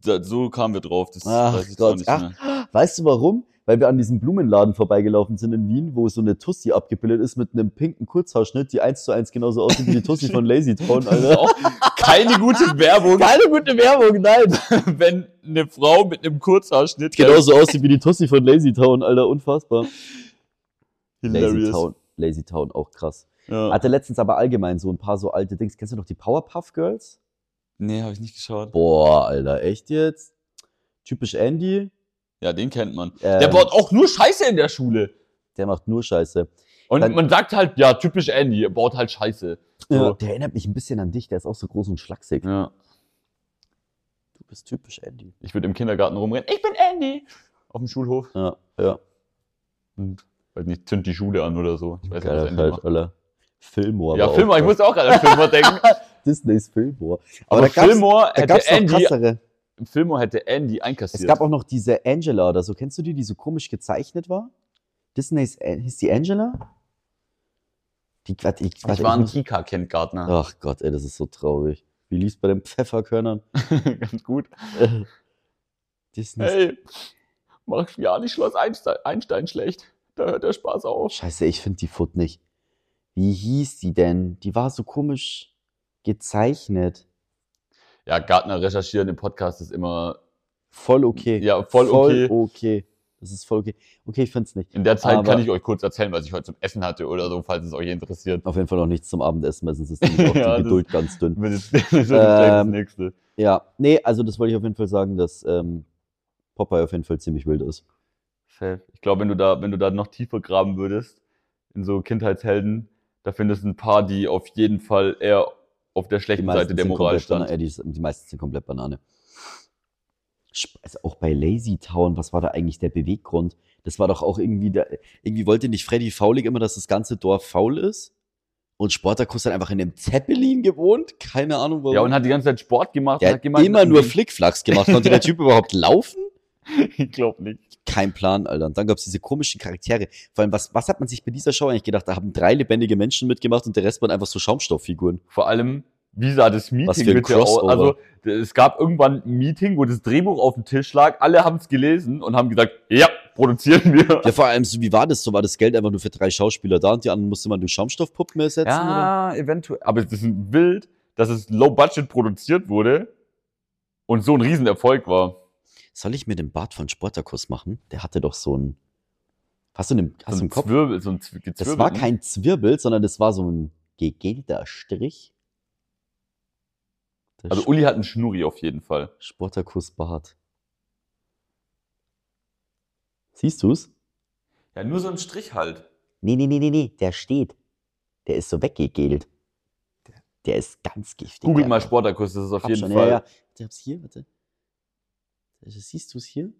Speaker 3: Da, so kamen wir drauf. Das
Speaker 2: Ach
Speaker 3: weiß ich jetzt auch
Speaker 2: Gott,
Speaker 3: nicht
Speaker 2: ach.
Speaker 3: mehr.
Speaker 2: Weißt du warum? Weil wir an diesem Blumenladen vorbeigelaufen sind in Wien, wo so eine Tussi abgebildet ist mit einem pinken Kurzhaarschnitt, die eins zu eins genauso aussieht wie die
Speaker 3: [LAUGHS]
Speaker 2: Tussi von Lazy Town,
Speaker 3: Das Also ist
Speaker 2: Alter.
Speaker 3: auch keine
Speaker 2: [LAUGHS]
Speaker 3: gute Werbung,
Speaker 2: Keine gute Werbung, nein.
Speaker 3: [LAUGHS] wenn eine Frau mit einem Kurzhaarschnitt
Speaker 2: Genauso aussieht wie die Tussi von Lazy Town, Alter, unfassbar. Lazy
Speaker 3: Hilarious.
Speaker 2: Town, Lazy Town, auch krass.
Speaker 3: Ja.
Speaker 2: Hatte letztens aber allgemein so ein paar so alte Dings. Kennst du noch die Powerpuff Girls?
Speaker 3: Nee, habe ich nicht geschaut.
Speaker 2: Boah, Alter, echt jetzt? Typisch Andy.
Speaker 3: Ja, den kennt man.
Speaker 2: Ähm,
Speaker 3: Der baut auch nur Scheiße in der Schule.
Speaker 2: der macht nur Scheiße.
Speaker 3: Und
Speaker 2: Dann-
Speaker 3: man sagt halt, ja, typisch Andy, er baut halt Scheiße.
Speaker 2: Ja.
Speaker 3: So.
Speaker 2: Der erinnert mich ein bisschen an dich, der ist auch so groß und schlaksig.
Speaker 3: Ja.
Speaker 2: Du bist typisch Andy.
Speaker 3: Ich würde im Kindergarten rumrennen, ich bin Andy. Auf dem Schulhof.
Speaker 2: Ja, ja.
Speaker 3: Und, weiß nicht, zünd die Schule an oder so. Ich weiß nicht, was
Speaker 2: Geiler
Speaker 3: Andy
Speaker 2: Fall,
Speaker 3: macht.
Speaker 2: Alter. Fillmore.
Speaker 3: Ja,
Speaker 2: war
Speaker 3: Filmer, ich
Speaker 2: auch-
Speaker 3: musste auch
Speaker 2: [LAUGHS]
Speaker 3: gerade an Filmer denken.
Speaker 2: Disneys Fillmore.
Speaker 3: Aber,
Speaker 2: Aber, da gab's,
Speaker 3: Fillmore,
Speaker 2: da
Speaker 3: hätte
Speaker 2: gab's noch
Speaker 3: Andy,
Speaker 2: krassere.
Speaker 3: Fillmore hätte Andy einkassiert.
Speaker 2: Es gab auch noch diese Angela oder so. Kennst du die, die so komisch gezeichnet war? Disney's, An- hieß die Angela? Die, warte, ich, warte,
Speaker 3: ich war
Speaker 2: ich
Speaker 3: ein
Speaker 2: muss-
Speaker 3: Kika-Kindgärtner.
Speaker 2: Ach Gott, ey, das ist so traurig. Wie lief's bei den Pfefferkörnern?
Speaker 3: [LAUGHS] Ganz gut.
Speaker 2: Äh, Disney's.
Speaker 3: Hey, mach ja nicht Schloss Einstein, Einstein schlecht. Da hört der Spaß auf.
Speaker 2: Scheiße, ich finde die Foot nicht. Wie hieß die denn? Die war so komisch gezeichnet.
Speaker 3: Ja, Gartner recherchieren im Podcast ist immer.
Speaker 2: Voll okay.
Speaker 3: Ja, voll okay.
Speaker 2: Voll okay. Das ist voll okay. Okay, ich find's nicht.
Speaker 3: In der Zeit
Speaker 2: Aber-
Speaker 3: kann ich euch kurz erzählen, was ich heute zum Essen hatte oder so, falls es euch interessiert. [LAUGHS]
Speaker 2: Auf jeden Fall noch nichts zum Abendessen, weil sonst ist nämlich auch die
Speaker 3: Ja, das-
Speaker 2: Geduld ganz dünn.
Speaker 3: Wenn es- [LAUGHS] das ist gleich das
Speaker 2: Ähm,
Speaker 3: nächste.
Speaker 2: Ja, nee, also das wollte ich auf jeden Fall sagen, dass ähm, Popeye auf jeden Fall ziemlich wild ist.
Speaker 3: Ich glaube, wenn du da, wenn du da noch tiefer graben würdest, in so Kindheitshelden, da findest du ein paar, die auf jeden Fall eher auf der schlechten Seite der
Speaker 2: sind
Speaker 3: Moral
Speaker 2: komplett
Speaker 3: standen.
Speaker 2: Banane, äh, die, die meisten sind komplett Banane. Sp- Also auch bei Lazy Town, was war da eigentlich der Beweggrund? Das war doch auch irgendwie, da, irgendwie wollte nicht Freddy Faulig immer, dass das ganze Dorf faul ist? Und Sportakus hat einfach in einem Zeppelin gewohnt? Keine Ahnung warum.
Speaker 3: Ja, und hat die ganze Zeit Sport gemacht.
Speaker 2: der
Speaker 3: und
Speaker 2: hat
Speaker 3: hat jemanden- [LAUGHS]
Speaker 2: immer nur Flickflacks gemacht. Konnte der Typ überhaupt laufen?
Speaker 3: ich glaube nicht.
Speaker 2: Kein Plan, Alter. Und dann gab es diese komischen Charaktere. Vor allem, was, was hat man sich bei dieser Show eigentlich gedacht? Da haben drei lebendige Menschen mitgemacht und der Rest waren einfach so Schaumstofffiguren.
Speaker 3: Vor allem, wie sah das Meeting
Speaker 2: Was für ein
Speaker 3: bitte aus?
Speaker 2: Crossover.
Speaker 3: Also, d- es gab irgendwann ein Meeting, wo das Drehbuch auf dem Tisch lag. Alle haben es gelesen und haben gesagt, ja, produzieren wir.
Speaker 2: Ja, vor allem, so, wie war das so? War das Geld einfach nur für drei Schauspieler da und die anderen musste man durch Schaumstoffpuppen ersetzen? Oder?
Speaker 3: Ja, eventuell. Aber es ist ein Bild, dass es low budget produziert wurde und so ein Riesenerfolg war.
Speaker 2: Soll ich mir den Bart von Sportakus machen? Der hatte doch so einen. Hast du einen, hast du
Speaker 3: so
Speaker 2: einen
Speaker 3: ein
Speaker 2: Kopf?
Speaker 3: Zwirbel, so ein Zw
Speaker 2: Das
Speaker 3: Gezwirbel,
Speaker 2: war
Speaker 3: ne?
Speaker 2: kein Zwirbel, sondern das war so ein gegelter Strich. Der
Speaker 3: Also Uli hat einen Schnurri auf jeden Fall.
Speaker 2: Sportakus Bart. Siehst du's?
Speaker 3: Ja, nur so ein Strich halt.
Speaker 2: Nee, nee, nee, nee, nee, der steht. Der ist so weggegelt. Der ist ganz giftig.
Speaker 3: Googelt
Speaker 2: der
Speaker 3: mal
Speaker 2: Kerl.
Speaker 3: Sportakus, das ist auf
Speaker 2: Hab
Speaker 3: jeden
Speaker 2: schon,
Speaker 3: Fall.
Speaker 2: Ja, ja. Ich hab's hier, warte. Also, Siehst du es hier?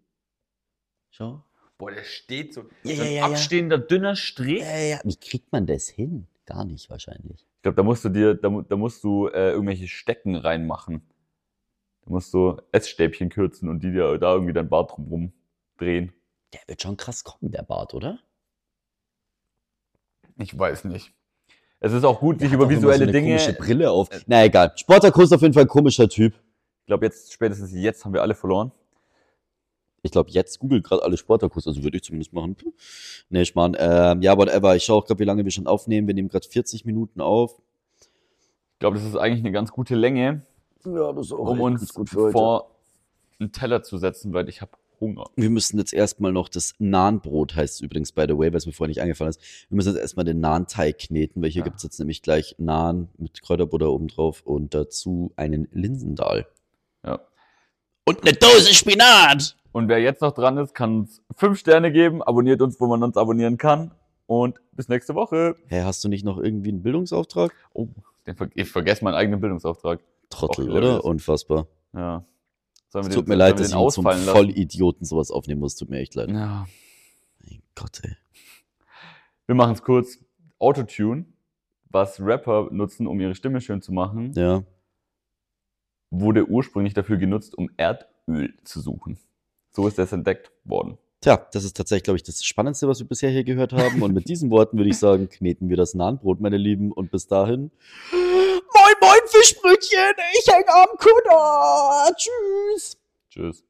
Speaker 2: Schau.
Speaker 3: Boah, der steht so.
Speaker 2: Ja,
Speaker 3: so ein
Speaker 2: ja, ja, ja.
Speaker 3: abstehender, dünner Strich.
Speaker 2: Ja, ja, ja. Wie kriegt man das hin? Gar nicht wahrscheinlich.
Speaker 3: Ich glaube, da musst du dir, da, mu- da musst du äh, irgendwelche Stecken reinmachen. Da musst du Essstäbchen kürzen und die dir da irgendwie dein Bart drumrum drehen.
Speaker 2: Der wird schon krass kommen, der Bart, oder?
Speaker 3: Ich weiß nicht. Es ist auch gut,
Speaker 2: Der
Speaker 3: sich
Speaker 2: hat
Speaker 3: über
Speaker 2: auch immer so
Speaker 3: visuelle
Speaker 2: eine
Speaker 3: Dinge. Äh.
Speaker 2: komische Brille auf. Na egal. Sportakus auf jeden Fall ein komischer Typ.
Speaker 3: Ich glaube, jetzt, spätestens jetzt haben wir alle verloren.
Speaker 2: Ich glaube, jetzt googelt gerade alle Sportakus, also würde ich zumindest machen. Nee, ich meine, ähm, ja, whatever. Ich schaue auch gerade, wie lange wir schon aufnehmen. Wir nehmen gerade 40 Minuten auf.
Speaker 3: Ich glaube, das ist eigentlich eine ganz gute Länge,
Speaker 2: Ja, das ist auch
Speaker 3: um uns vor einen Teller zu setzen, weil ich habe Hunger.
Speaker 2: Wir müssen jetzt erstmal noch das Nahenbrot, heißt es übrigens, by the way, weil es mir vorher nicht eingefallen ist. Wir müssen jetzt erstmal den Nahenteig kneten, weil hier
Speaker 3: Ja.
Speaker 2: gibt's jetzt nämlich gleich Nahen mit Kräuterbutter oben drauf und dazu einen Linsendahl.
Speaker 3: Ja.
Speaker 2: Und eine Dose Spinat!
Speaker 3: Und wer jetzt noch dran ist, kann uns fünf Sterne geben. Abonniert uns, wo man uns abonnieren kann. Und bis nächste Woche.
Speaker 2: Hä, hast du nicht noch irgendwie einen Bildungsauftrag?
Speaker 3: Oh, den ver ich vergesse meinen eigenen Bildungsauftrag.
Speaker 2: Trottel,
Speaker 3: Och,
Speaker 2: oder?
Speaker 3: hilarious.
Speaker 2: Unfassbar.
Speaker 3: Ja. Sollen
Speaker 2: Es
Speaker 3: wir den-
Speaker 2: tut mir
Speaker 3: sollen
Speaker 2: leid,
Speaker 3: wir
Speaker 2: dass ich ihn
Speaker 3: den
Speaker 2: zum
Speaker 3: ausfallen lassen?
Speaker 2: Vollidioten sowas aufnehmen muss. Tut mir echt leid.
Speaker 3: Ja.
Speaker 2: Mein Gott, ey.
Speaker 3: Wir machen es kurz. Autotune, was Rapper nutzen, um ihre Stimme schön zu machen,
Speaker 2: Ja.
Speaker 3: wurde ursprünglich dafür genutzt, um Erdöl zu suchen. So ist das entdeckt worden.
Speaker 2: Tja, das ist tatsächlich, glaube ich, das Spannendste, was wir bisher hier gehört haben. Und mit diesen Worten würde ich [LAUGHS] sagen, kneten wir das Nahenbrot, meine Lieben. Und bis dahin. Moin, moin, Fischbrötchen. Ich häng am Kutter. Tschüss.
Speaker 3: Tschüss.